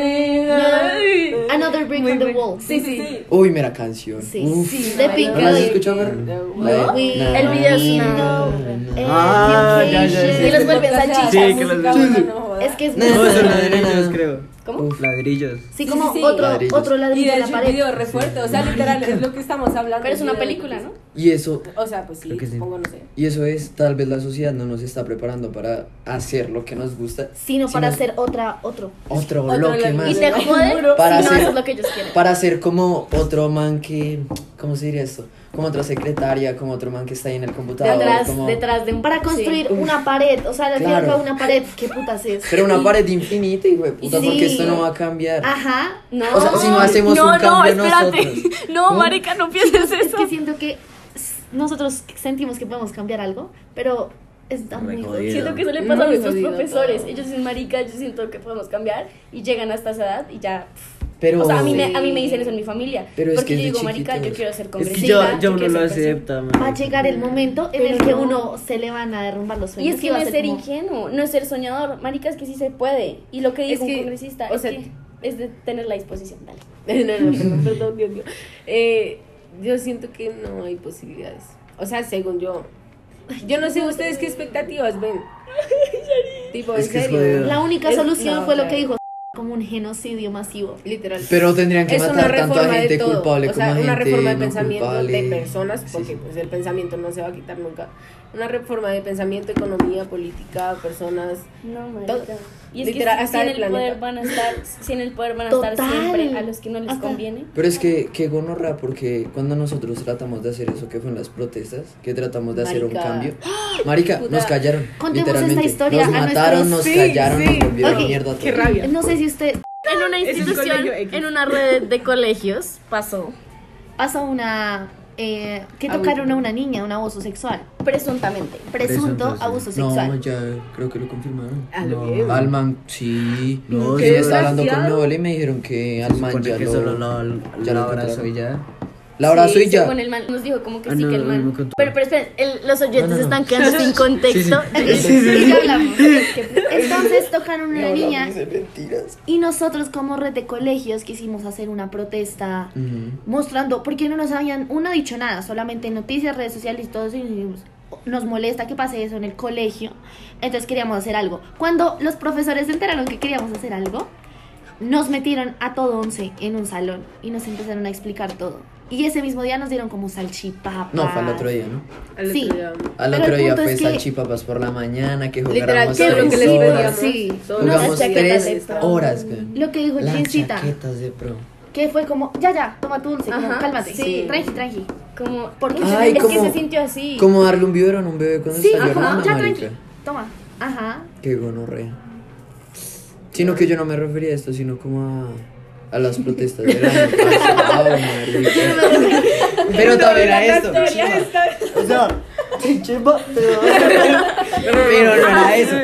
Speaker 1: Ay.
Speaker 5: Another brick
Speaker 1: Muy
Speaker 5: on the
Speaker 1: bueno.
Speaker 5: wall.
Speaker 1: Sí, sí.
Speaker 4: Uy, mira canción.
Speaker 5: Sí,
Speaker 4: Uf.
Speaker 5: sí. De Pink
Speaker 4: ¿No la has
Speaker 5: Floyd.
Speaker 4: escuchado, perro? La de-
Speaker 5: We-
Speaker 4: Na,
Speaker 1: el video es una-
Speaker 4: na,
Speaker 1: Eh,
Speaker 4: na,
Speaker 5: Eh,
Speaker 4: na.
Speaker 7: Ah, ya, ya, ya.
Speaker 1: Y los vuelven
Speaker 6: salchichas.
Speaker 7: Sí, que los- sí, sí.
Speaker 5: Es que es
Speaker 4: No,
Speaker 5: muy-
Speaker 7: No, son
Speaker 4: no, no,
Speaker 7: ladrillos,
Speaker 4: no.
Speaker 7: creo.
Speaker 6: ¿Cómo?
Speaker 7: Uf, ladrillos.
Speaker 5: Sí, como
Speaker 6: sí, sí.
Speaker 5: otro,
Speaker 4: Ladrillos.
Speaker 5: otro
Speaker 6: Y
Speaker 5: ladrillo
Speaker 6: de
Speaker 5: en la
Speaker 6: hecho el
Speaker 5: pared.
Speaker 6: video re fuerte, o sea, literal, es lo que estamos hablando.
Speaker 1: Pero es una
Speaker 6: de-
Speaker 1: película, ¿no?
Speaker 4: Y eso,
Speaker 6: O sea, pues sí,
Speaker 7: Creo que sí.
Speaker 6: supongo, no sé.
Speaker 4: y eso es, tal vez la sociedad no nos está preparando para hacer lo que nos gusta,
Speaker 5: Sino para
Speaker 4: Sino-
Speaker 5: hacer otra, otro.
Speaker 4: otro
Speaker 6: Otro
Speaker 4: bloque
Speaker 6: bloque.
Speaker 4: más.
Speaker 1: Y te joden
Speaker 4: Para
Speaker 1: si no
Speaker 4: hacer-
Speaker 1: haces lo que ellos quieren.
Speaker 4: Para ser como otro man que, ¿cómo se diría esto? Como otra secretaria, como otro man que está ahí en el computador.
Speaker 1: Detrás,
Speaker 4: como-
Speaker 1: detrás de un.
Speaker 5: Para construir una pared. O sea, al fin y al
Speaker 4: Claro.
Speaker 5: cabo, una pared. ¿Qué putas es?
Speaker 4: Pero una pared infinita, y puta,
Speaker 5: Sí.
Speaker 4: porque esto no va a cambiar.
Speaker 6: Ah,
Speaker 5: Ajá.
Speaker 1: Sí. No,
Speaker 4: O sea, si no hacemos
Speaker 1: no,
Speaker 4: un cambio
Speaker 1: no, espérate.
Speaker 4: nosotros.
Speaker 1: No,
Speaker 4: ¿Mm?
Speaker 1: marica, no pienses
Speaker 5: Es
Speaker 1: eso.
Speaker 5: que siento que s- nosotros sentimos que podemos cambiar algo, pero está muy jodido.
Speaker 1: Siento que eso le pasa a
Speaker 6: Muy
Speaker 1: nuestros
Speaker 6: jodido
Speaker 1: profesores.
Speaker 6: todo.
Speaker 1: Ellos dicen, marica, yo siento que podemos cambiar. Y llegan hasta esa edad y ya pff,
Speaker 4: Pero.
Speaker 1: O sea, a mí, me, a mí me dicen eso en mi familia.
Speaker 4: Pero es
Speaker 1: porque
Speaker 4: que
Speaker 1: yo
Speaker 4: es de
Speaker 1: digo, marica, yo
Speaker 4: chiquitos.
Speaker 1: quiero ser
Speaker 3: Es que
Speaker 1: congresista.
Speaker 3: ya, ya
Speaker 1: yo
Speaker 3: uno
Speaker 1: quiero
Speaker 3: lo
Speaker 1: ser persona.
Speaker 3: acepta,
Speaker 5: Va a
Speaker 3: man.
Speaker 5: llegar el momento en el
Speaker 1: Pero
Speaker 5: que
Speaker 1: no.
Speaker 5: uno se le van a derrumbar los
Speaker 1: Y
Speaker 5: sueños.
Speaker 1: es que
Speaker 5: va
Speaker 1: no
Speaker 5: a
Speaker 1: es ser
Speaker 5: como-
Speaker 1: ingenuo, no es ser soñador. Marica, es que sí se puede. Y lo que digo
Speaker 6: Es
Speaker 1: un
Speaker 6: que,
Speaker 1: congresista
Speaker 6: o
Speaker 1: es,
Speaker 6: sea-
Speaker 1: que es de tener la disposición. Dale.
Speaker 6: No, no, perdón, perdón, Dios mío. Eh, yo siento que no hay posibilidades. O sea, según yo. Yo no sé ustedes qué expectativas ven. tipo, en
Speaker 4: Es que es
Speaker 6: serio.
Speaker 4: jodido.
Speaker 5: La única
Speaker 6: Es-
Speaker 5: solución
Speaker 6: no,
Speaker 5: fue lo
Speaker 6: claro.
Speaker 5: que dijo como un genocidio masivo.
Speaker 6: Literal.
Speaker 4: Pero tendrían que
Speaker 6: es una
Speaker 4: matar tanto
Speaker 6: reforma
Speaker 4: a gente
Speaker 6: de todo.
Speaker 4: culpable
Speaker 6: o sea,
Speaker 4: como a
Speaker 6: una
Speaker 4: gente
Speaker 6: reforma de
Speaker 4: no
Speaker 6: pensamiento
Speaker 4: culpable.
Speaker 6: de personas, porque
Speaker 4: Sí, sí.
Speaker 6: pues el pensamiento no se va a quitar nunca. Una reforma de pensamiento, economía, política, personas.
Speaker 1: No,
Speaker 6: Todo.
Speaker 1: marica. Y es
Speaker 6: Literal,
Speaker 1: que si- si,
Speaker 6: hasta
Speaker 1: en
Speaker 6: el
Speaker 1: el poder
Speaker 6: planeta.
Speaker 1: van a estar, si en el poder van a estar
Speaker 5: Total.
Speaker 1: siempre a los que no les
Speaker 5: Hasta-
Speaker 1: conviene.
Speaker 4: Pero es que, que gonorra, porque cuando nosotros tratamos de hacer eso que fue en las protestas, que tratamos de hacer
Speaker 6: Marica.
Speaker 4: un cambio, Marica,
Speaker 6: Puta.
Speaker 4: nos callaron.
Speaker 5: Contemos
Speaker 4: literalmente.
Speaker 5: esta historia
Speaker 4: Nos
Speaker 5: a
Speaker 4: mataron,
Speaker 5: nuestros-
Speaker 4: nos
Speaker 6: Sí,
Speaker 4: callaron,
Speaker 6: sí.
Speaker 4: nos volvieron
Speaker 5: Ok.
Speaker 4: mierda. a
Speaker 6: Qué
Speaker 4: todos.
Speaker 6: rabia.
Speaker 5: No sé si usted
Speaker 1: En una
Speaker 6: Es un
Speaker 1: institución,
Speaker 6: colegio X.
Speaker 1: en una red de colegios, pasó
Speaker 5: pasó una... eh, que
Speaker 6: Abuso.
Speaker 5: tocaron a una niña, un abuso sexual.
Speaker 1: presuntamente.
Speaker 5: Presunto
Speaker 7: Presunto, sí.
Speaker 5: abuso
Speaker 4: No,
Speaker 5: sexual.
Speaker 4: ya creo que lo confirmaron.
Speaker 6: A lo
Speaker 7: No.
Speaker 6: bien.
Speaker 4: Al man, sí. yo
Speaker 7: No, qué
Speaker 4: estaba hablando con mi
Speaker 6: desgraciado.
Speaker 4: abuela y me dijeron que al man ya
Speaker 7: que
Speaker 4: lo.
Speaker 7: solo lo,
Speaker 4: ya lo
Speaker 7: abrazo
Speaker 4: encontraron.
Speaker 7: y ya.
Speaker 4: La abrazo
Speaker 1: Sí,
Speaker 4: y ya.
Speaker 1: según el man, nos dijo como que
Speaker 7: Ah,
Speaker 1: sí,
Speaker 7: no,
Speaker 1: que el
Speaker 7: no,
Speaker 1: man.
Speaker 7: no contó.
Speaker 1: Pero, pero esperen, el- los oyentes
Speaker 7: No, no, no.
Speaker 1: están quedando sin contexto.
Speaker 5: Sí, ya hablamos. Entonces tocaron a una niña y nosotros como red de colegios quisimos hacer una protesta
Speaker 4: Ujú.
Speaker 5: mostrando, porque no nos habían, uno dicho nada, solamente en noticias, redes sociales y todo eso, y dijimos, nos molesta que pase eso en el colegio, entonces queríamos hacer algo. Cuando los profesores se enteraron que queríamos hacer algo, nos metieron a todo once en un salón y nos empezaron a explicar todo. Y ese mismo día nos dieron como salchipapa.
Speaker 4: No, fue al otro día, ¿no?
Speaker 6: Al otro
Speaker 5: Sí.
Speaker 6: día.
Speaker 4: Al
Speaker 5: Ah. Pero
Speaker 4: otro
Speaker 5: el
Speaker 4: día
Speaker 5: punto
Speaker 4: fue
Speaker 5: es que-
Speaker 4: salchipapas por la mañana, que
Speaker 6: Literal,
Speaker 4: jugáramos
Speaker 6: ¿qué es lo que
Speaker 4: tres
Speaker 6: les pedíamos?
Speaker 4: horas.
Speaker 5: Sí.
Speaker 4: Jugamos
Speaker 1: Las chaquetas de
Speaker 4: tres Oh,
Speaker 1: pro.
Speaker 4: horas, güey.
Speaker 5: Lo que dijo
Speaker 4: Las
Speaker 5: Jeansita,
Speaker 4: chaquetas de pro.
Speaker 5: que fue como, ya, ya, toma tu dulce, como,
Speaker 1: Ajá,
Speaker 5: cálmate,
Speaker 1: sí.
Speaker 5: tranqui, tranqui.
Speaker 1: Como,
Speaker 5: Porque
Speaker 4: Ay,
Speaker 1: es
Speaker 4: como-
Speaker 1: que se sintió así.
Speaker 4: Como darle un biberón a un bebé cuando
Speaker 5: Sí,
Speaker 4: está
Speaker 5: ajá,
Speaker 4: llorando,
Speaker 5: ya,
Speaker 4: marica.
Speaker 5: tranqui. Toma, ajá.
Speaker 4: Qué gonorrea. Sino que yo no me refería a esto, sino como a, a las protestas del año pasado, marica. Pero también a esto.
Speaker 7: O sea, chimba, pero.
Speaker 4: Pero no
Speaker 1: Ah,
Speaker 4: era eso.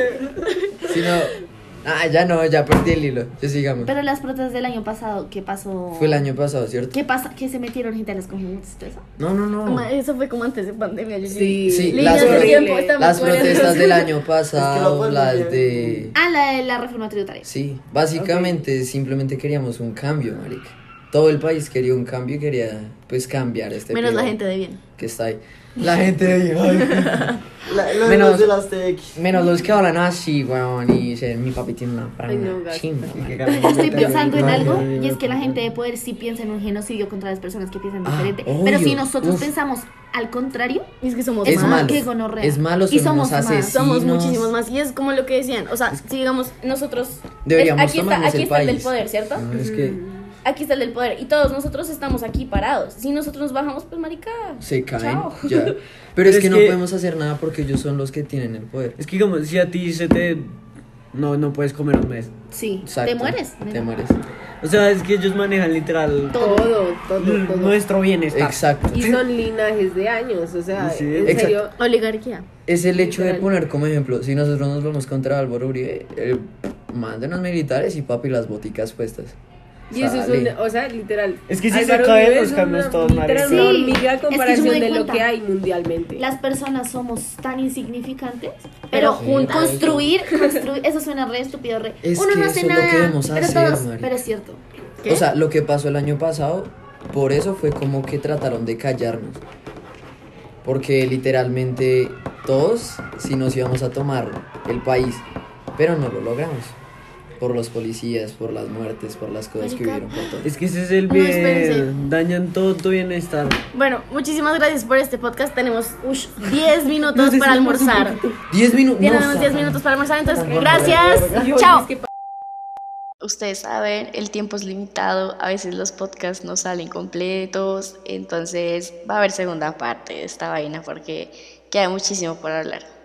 Speaker 4: Sino. Ah, ya no, ya perdí el hilo. Ya sigamos.
Speaker 5: Pero las protestas del año pasado, ¿qué pasó?
Speaker 4: Fue el año pasado, ¿cierto?
Speaker 5: ¿Qué pasa? ¿Que se metieron gente a las conjuntas y todo eso?
Speaker 4: No, no, no.
Speaker 1: Ma, Eso fue como antes de pandemia. Yo
Speaker 6: Sí.
Speaker 4: Sí,
Speaker 1: Líneas
Speaker 4: las,
Speaker 1: de
Speaker 4: pro-
Speaker 1: tiempo, estamos
Speaker 4: las
Speaker 1: fuera de
Speaker 4: protestas
Speaker 1: los-
Speaker 4: del año pasado,
Speaker 7: vuelvo
Speaker 4: las
Speaker 7: bien.
Speaker 4: de...
Speaker 5: Ah, la de la reforma tributaria.
Speaker 4: Sí, básicamente simplemente queríamos un cambio, marica. Todo el país quería un cambio y quería, pues, cambiar este
Speaker 1: Menos la
Speaker 4: pivo
Speaker 1: gente de bien.
Speaker 4: Que está ahí. La gente de ahí,
Speaker 7: La, los,
Speaker 4: Menos-
Speaker 7: los de las TX.
Speaker 4: ay, Menos los que hablan así, weón, y dicen, mi papi tiene una
Speaker 6: Ay, no,
Speaker 4: franja
Speaker 6: gato.
Speaker 4: chimba, marica".
Speaker 5: Estoy pensando en
Speaker 7: Ay,
Speaker 5: algo
Speaker 7: ay,
Speaker 5: y es
Speaker 7: ay,
Speaker 5: que la
Speaker 7: ay.
Speaker 5: gente de poder sí piensa en un genocidio contra las personas que piensan
Speaker 4: Ah,
Speaker 5: diferente. Pero si
Speaker 4: obvio.
Speaker 5: nosotros
Speaker 4: Uf.
Speaker 5: pensamos al contrario,
Speaker 1: Es que somos
Speaker 4: Es
Speaker 1: más.
Speaker 4: malo,
Speaker 5: qué gonorrea.
Speaker 4: es malo,
Speaker 5: Y
Speaker 4: son unos
Speaker 5: somos más.
Speaker 4: asesinos.
Speaker 1: Somos muchísimos más. Y es como lo que decían. O sea, si digamos, nosotros.
Speaker 4: Deberíamos
Speaker 1: aquí está,
Speaker 4: tomarnos
Speaker 1: aquí
Speaker 4: el
Speaker 1: está el del
Speaker 4: país.
Speaker 1: poder, ¿cierto?
Speaker 4: No, es que
Speaker 1: Aquí está el del poder. Y todos nosotros estamos aquí parados. Si nosotros nos bajamos, pues marica.
Speaker 4: se caen,
Speaker 1: Chao.
Speaker 4: ya. Pero, es, que no podemos hacer nada porque ellos son los que tienen el poder.
Speaker 7: Es que como si a ti se te. No, no puedes comer un mes.
Speaker 5: sí,
Speaker 4: Exacto,
Speaker 5: te mueres.
Speaker 4: Te mueres.
Speaker 7: O sea, es que ellos manejan literal
Speaker 6: Todo, todo,
Speaker 7: Mm,
Speaker 6: todo.
Speaker 7: nuestro bienestar.
Speaker 4: Exacto.
Speaker 6: Y son linajes de años, o sea,
Speaker 7: Sí.
Speaker 6: en
Speaker 4: Exacto.
Speaker 6: serio.
Speaker 1: Oligarquía.
Speaker 4: Es el hecho de
Speaker 6: Literal.
Speaker 4: poner como ejemplo, si nosotros nos vamos contra Álvaro Uribe, eh, manden los militares y papi las boticas puestas.
Speaker 6: Y eso es
Speaker 4: Sale.
Speaker 6: un, o sea, literal.
Speaker 7: Es que sí se
Speaker 6: Álvaro
Speaker 7: caen
Speaker 6: Uribe
Speaker 7: los
Speaker 6: es
Speaker 7: cambios
Speaker 6: una-
Speaker 7: todos,
Speaker 6: Literal,
Speaker 5: marica.
Speaker 6: una
Speaker 5: Sí.
Speaker 6: hormiga a
Speaker 5: Es que yo me
Speaker 6: comparación
Speaker 5: doy
Speaker 6: de lo
Speaker 5: cuenta.
Speaker 6: que hay mundialmente.
Speaker 5: Las personas somos tan insignificantes, pero
Speaker 1: Pero
Speaker 5: juntas.
Speaker 1: juntas.
Speaker 5: Construir, construir, eso suena re estúpido, re.
Speaker 4: Es
Speaker 5: Uno
Speaker 4: que
Speaker 5: no
Speaker 4: eso
Speaker 5: hace
Speaker 4: es lo
Speaker 5: nada,
Speaker 4: que debemos
Speaker 5: pero
Speaker 4: hacer,
Speaker 5: todos,
Speaker 4: marica.
Speaker 5: pero es cierto.
Speaker 1: ¿Qué?
Speaker 4: O sea, lo que pasó el año pasado, por eso fue como que trataron de callarnos. Porque literalmente todos, si nos íbamos a tomar el país, pero no lo logramos. Por los policías, por las muertes, por las cosas que
Speaker 1: Marica.
Speaker 4: hubieron, por todo.
Speaker 7: Es que ese es el
Speaker 1: No,
Speaker 7: bien.
Speaker 1: espérense.
Speaker 7: Dañan todo tu bienestar.
Speaker 1: Bueno, muchísimas gracias por este podcast. Tenemos ush, 10 minutos para almorzar.
Speaker 4: 10 minutos.
Speaker 1: Tenemos 10 minutos para almorzar. Entonces, gracias. Chao.
Speaker 2: Ustedes saben, el tiempo es limitado, a veces los podcasts no salen completos, entonces va a haber segunda parte de esta vaina porque queda muchísimo por hablar.